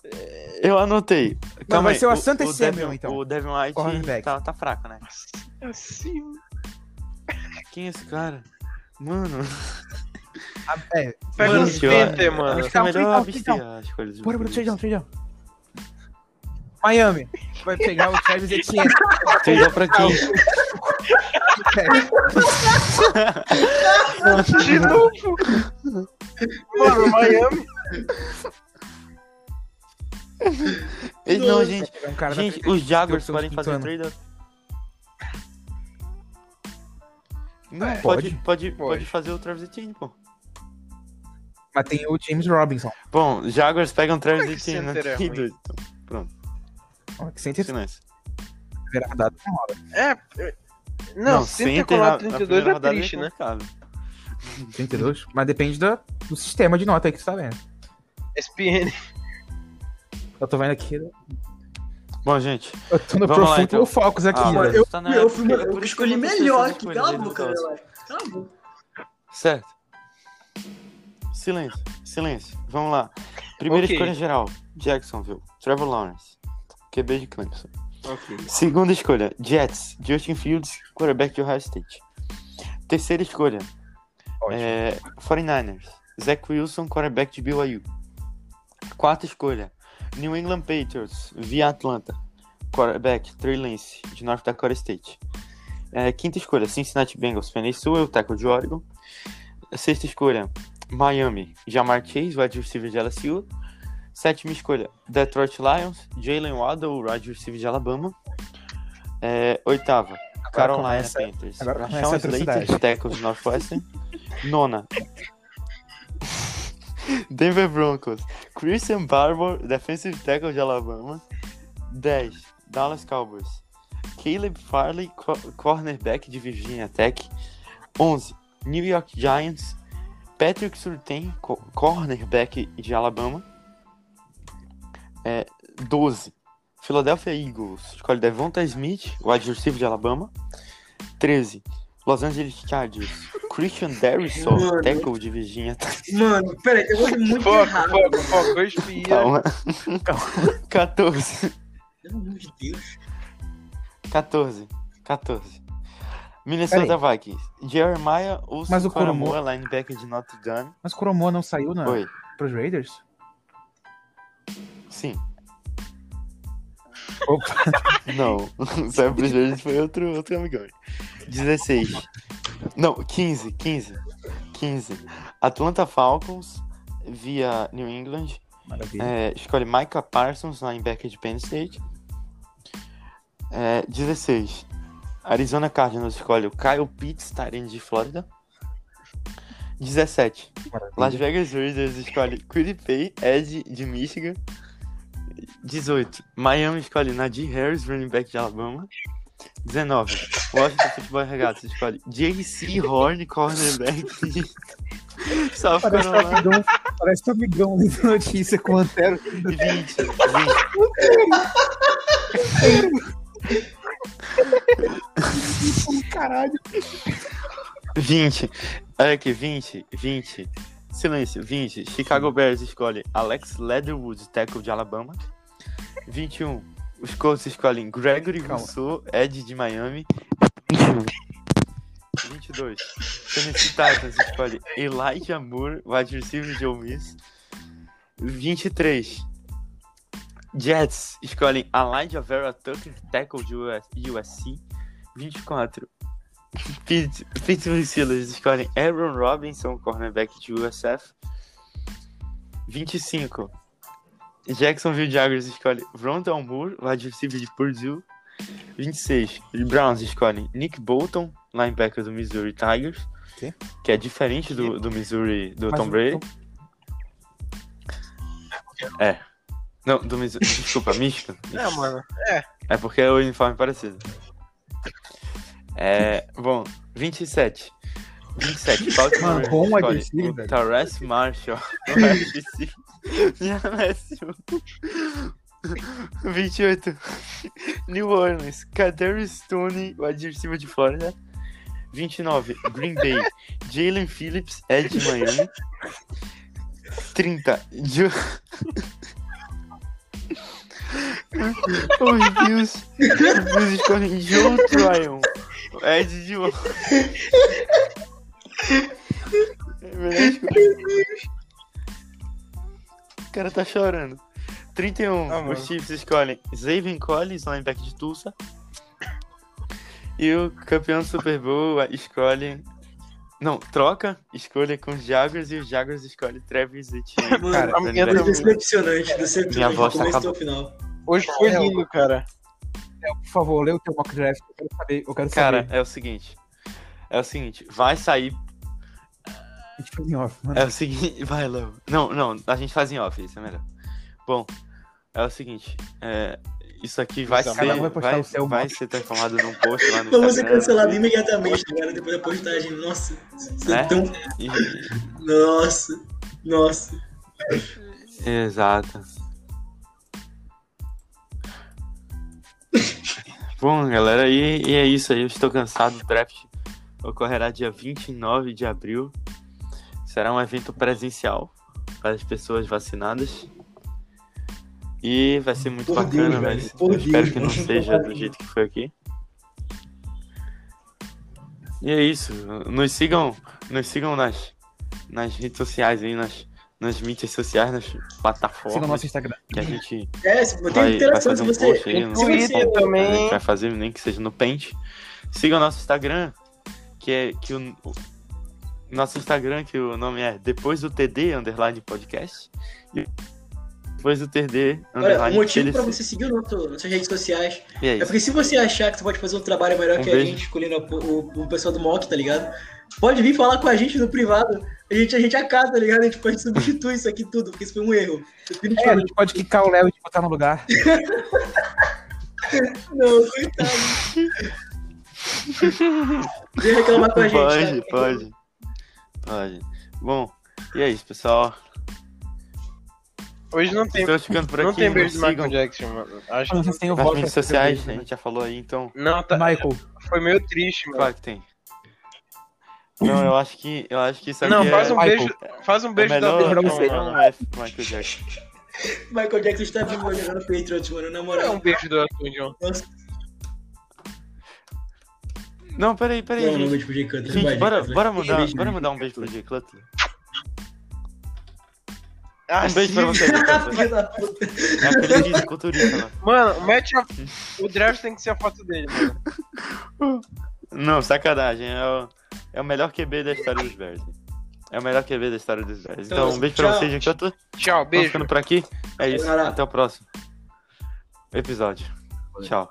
A: É, Eu anotei. Calma
B: vai
A: aí,
B: ser o
A: o
B: Asante
A: o
B: Samuel,
A: Devin-
B: então.
A: O Devin White
B: Cornerback.
A: tá, tá fraco, né?
E: assim,
A: Quem é esse cara? Mano,
B: Ah, é.
E: pega
A: um Mano,
E: os
A: que
E: Peter,
A: ó-
E: mano.
A: acho que é melhor
B: Então,
A: abster
B: então.
A: as coisas. do
B: Bora pro
A: Corinthians.
B: Trade Down, Trade Down. Miami. Vai pegar o Travis Etienne.
A: Trade down pra quem?
E: De novo. Mano, Miami.
A: Ei, Não, gente.
B: É um cara da-
A: Gente, os Jaguars
B: Seu
A: podem fazer
B: quinto
A: trade down. Não,
B: pode.
A: pode, pode,
E: Pode.
A: pode fazer o Travis Etienne, pô.
B: Mas tem o James Robinson.
A: Bom, Jaguars pegam o Travis
E: Como é que
A: Etienne.
E: center é
A: né?
E: ruim?
A: Doido, então.
B: Ó, Que sem ter
A: Silêncio.
B: primeira rodada.
E: É. é- Não,
A: center
E: sempre ter
A: na-
E: colado
A: na
E: 32
A: primeira
E: é
A: rodada
E: triste, né?
A: complicado.
B: 32. Mas depende da- do sistema de nota aí que você tá vendo.
E: SPN.
B: Eu tô vendo aqui. Eu
A: Bom, gente.
B: tô no
A: Vamos lá,
B: Pro Football
A: então.
B: Focus aqui.
A: Ah,
B: né?
D: Eu,
A: Tá na
D: eu,
A: época,
D: fui,
A: é
D: mano,
A: por
D: eu
A: isso que
D: escolhi
A: eu não sei se
D: melhor
A: essas
D: aqui.
A: coisas
D: Cala a
A: aí do
D: boca,
A: caos.
D: velho. Cala a boca.
A: Certo. Silêncio, silêncio. Vamos lá. Primeira
E: Ok.
A: escolha geral: Jacksonville, Trevor Lawrence, QB de Clemson.
E: Ok.
A: Segunda escolha: Jets, Justin Fields, quarterback de Ohio State. Terceira escolha:
B: Ótimo.
A: é, 49ers, Zach Wilson, quarterback de BYU. Quarta escolha: New England Patriots, via Atlanta, quarterback Trey Lance, de North Dakota State. É, quinta escolha: Cincinnati Bengals, Penny Sewell, tackle de Oregon. Sexta escolha: Miami, Jamar Chase, wide receiver de LSU. Sétima escolha, Detroit Lions, Jalen Waddle, wide receiver de Alabama. É, oitava, Carolina
B: começa-
A: Panthers,
B: agora começa
A: Rashawn
B: a
A: Slater,
B: atrocidade.
A: tackle de Northwestern. Nona, Denver Broncos, Christian Barbour, defensive tackle de Alabama. 10, Dallas Cowboys, Caleb Farley, co- cornerback de Virginia Tech. 11, New York Giants, Patrick Surtain, co- cornerback de Alabama. É, 12. Philadelphia Eagles. Escolhe Devonta Smith, wide receiver de Alabama. 13. Los Angeles Chargers. Christian Derrisson,
D: Mano.
A: tackle de Virginia. tá,
D: Mano, peraí, tem coisa muito
E: Foco,
D: errada.
E: foco, foco, respira.
A: Calma. 14.
D: Pelo amor de Deus.
A: 14. 14. Minnesota Vikings. Jeremiah Wilson
B: Mas o
A: Paramoa, linebacker de Notre Dame.
B: Mas o Coromoa não saiu na,
A: Oi.
B: pros Raiders?
A: Sim.
B: Opa.
A: Não, Saiu pros Raiders foi outro, outro amigão. 16. Não, 15, 15. 15. Atlanta Falcons via New England.
B: Maravilha.
A: É, escolhe Micah Parsons, linebacker de Penn State. É, 16. Arizona Cardinals escolhe o Kyle Pitts, Tyrande de Flórida. 17. Las
B: Maravilha.
A: Vegas Raiders escolhe Quiripay, Edge de Michigan. 18. Miami escolhe Najee Harris, running back de Alabama. 19. Washington Football Regatas escolhe J.C. Horn, cornerback de South
B: Parece o
A: Carolina.
B: amigão, Então, parece o amigão lendo notícia com o Antero.
A: 20, 20.
B: Caralho.
A: 20. Olha aqui, 20, 20. Silêncio, 20. Chicago Bears escolhe Alex Leatherwood, tackle de Alabama. 21. Os Colts escolhem Gregory
B: Calma.
A: Rousseau, Ed de Miami. 21. 22. Tennessee Titans escolhe Elijah Moore, wide receiver de Ole Miss. 23. Jets escolhem Elijah Vera Tucker, tackle de US USC. 24. Pitt- Pittsburgh Steelers escolhem Aaron Robinson, cornerback de USF. 25. Jacksonville Jaguars escolhe Rondon Moore, wide receiver de Purdue. 26. Browns escolhem Nick Bolton, linebacker do Missouri Tigers.
B: Quê?
A: Que é diferente do, do Missouri, do
B: Mas então,
A: Tom
B: o-
A: Brady. Não, do Missouri. Desculpa, Michigan.
E: É, mano.
A: É porque o uniforme é parecido. É, bom, 27. 27. Baltimore
B: Mano, é bom
A: escolhe
B: agressivo,
A: o
B: velho.
A: Terrace Marshall. é o agressivo de LSU. 28. New Orleans. Kaderi Stone, o adversário de Flórida. 29. Green Bay. Jalen Phillips, Ed de Miami. 30. Ju... Os Bills. Os Bills escolhem Joe Tryon. Ed de Miami. É melhor escolher. O cara tá chorando. 31.
E: Ah, mano.
A: Os Chiefs escolhem Zayvon Collins, linebacker de Tulsa. E o campeão do Super Bowl escolhe. Não, troca escolha com os Jaguars e os Jaguars escolhe Travis Etienne. é
D: Mano,
B: Cara,
E: a minha é
A: linebacker.
D: Mas decepcionante,
A: um
D: decepcionante.
A: Minha voz
D: do
A: tá
D: começo até o final.
E: Hoje foi
B: É,
E: lindo, cara.
B: Por favor, lê o teu mock draft. Eu quero saber. Eu quero
A: Cara,
B: saber.
A: é o seguinte. É o seguinte, vai sair.
B: A gente fica em off, mano.
A: É o seguinte. Vai, Léo. Não, não, a gente faz em off, isso é melhor. Bom, é o seguinte. é, isso aqui vai
E: Cada um
A: ser.
B: vai postar
A: vai
B: o seu
A: vai
B: mock.
A: ser transformado num post lá no
D: Vamos ser
A: Instagram,
D: cancelados imediatamente, cara, depois da postagem. Nossa, você
A: É?
D: é tão.
A: e-
D: Nossa, nossa.
A: Exato. Bom, galera, e, e é isso aí. Eu estou cansado. O draft ocorrerá dia 29 de abril. Será um evento presencial para as pessoas vacinadas. E vai ser muito
D: Por
A: bacana,
D: Deus,
A: mas
D: velho. Por
A: eu espero
D: Deus,
A: que não
D: mano.
A: seja do jeito que foi aqui. E é isso. Nos sigam, nos sigam nas, nas redes sociais aí, nas, nas mídias sociais, nas
B: Siga o
A: plataformas
B: nosso Instagram.
A: que a gente
D: É, se- tem
A: vai, vai
D: interação
A: fazer
D: se
A: um
D: você.
A: post aí.
E: Tem
A: no
E: Twitter
A: Instagram,
E: também.
A: A gente vai fazer nem que seja no Paint. Siga o nosso Instagram, que é que o, o- nosso Instagram que o nome é depois do TD underline podcast e depois do TD
D: Olha,
A: underline
D: o motivo pra
A: TDC.
D: você seguir o nosso- nossas redes sociais
A: E é
D: é
A: isso.
D: porque se você achar que você pode fazer um trabalho melhor
A: Um
D: que a
A: beijo.
D: gente escolhendo a- o, o pessoal do Mock, tá ligado? Pode vir falar com a gente no privado. A gente, a gente acata, tá ligado? A gente pode substituir isso aqui tudo, porque isso foi um erro.
B: É, a gente pode quicar o Léo e te botar no lugar.
D: Não, coitado. Vem reclamar com a gente.
A: Pode,
D: tá?
A: pode. Pode. Bom, e é isso, pessoal.
E: Hoje não tem,
A: Estamos ficando por
E: não
A: aqui.
E: tem
A: Não
E: beijo do Michael
A: sigam
E: Jackson, mano. Acho
B: Não sei se tem o
A: nas
B: voto.
A: redes
B: pra escrever,
A: sociais, né? a
B: né?
A: gente já falou aí, então.
E: Não, tá,
B: Michael,
E: foi meio triste, mano.
A: É. Claro que tem. Não, eu acho que. Eu acho que isso aqui
E: Não,
A: é-
E: faz um
B: Michael.
E: beijo, faz um
A: é
E: beijo da
A: melhor não,
B: pra você.
A: não, não é Michael Jackson.
D: Michael Jackson está vivo hoje agora no Patriots, mano, na
E: É um
D: moral.
E: beijo do Elton John.
A: Não, peraí, peraí,
D: Não, não
A: gente.
D: beijo pro Jay Cutler. vai,
A: Gente,
D: Jay
A: bora,
D: Cutler.
A: bora mudar,
D: Beijo,
A: bora
D: Jay
A: mudar um beijo pro Jay Cutler.
E: Ah,
A: Um beijo pra
E: sim.
A: você, Jay
D: Cutler.
A: Cutler.
D: Filha da puta.
A: É aquele vídeo culturista lá.
E: Mano, mete a... O draft tem que ser a foto dele, mano.
A: Não, sacanagem. É o, é o melhor QB da história dos Bears. É o melhor QB da história dos Bears.
D: Então,
A: Então, um beijo pra
D: tchau.
A: vocês, Jay Cutler.
E: Tchau,
A: Vamos
E: beijo.
A: ficando por aqui. É isso.
D: Sayonara.
A: Até o próximo episódio. Tchau.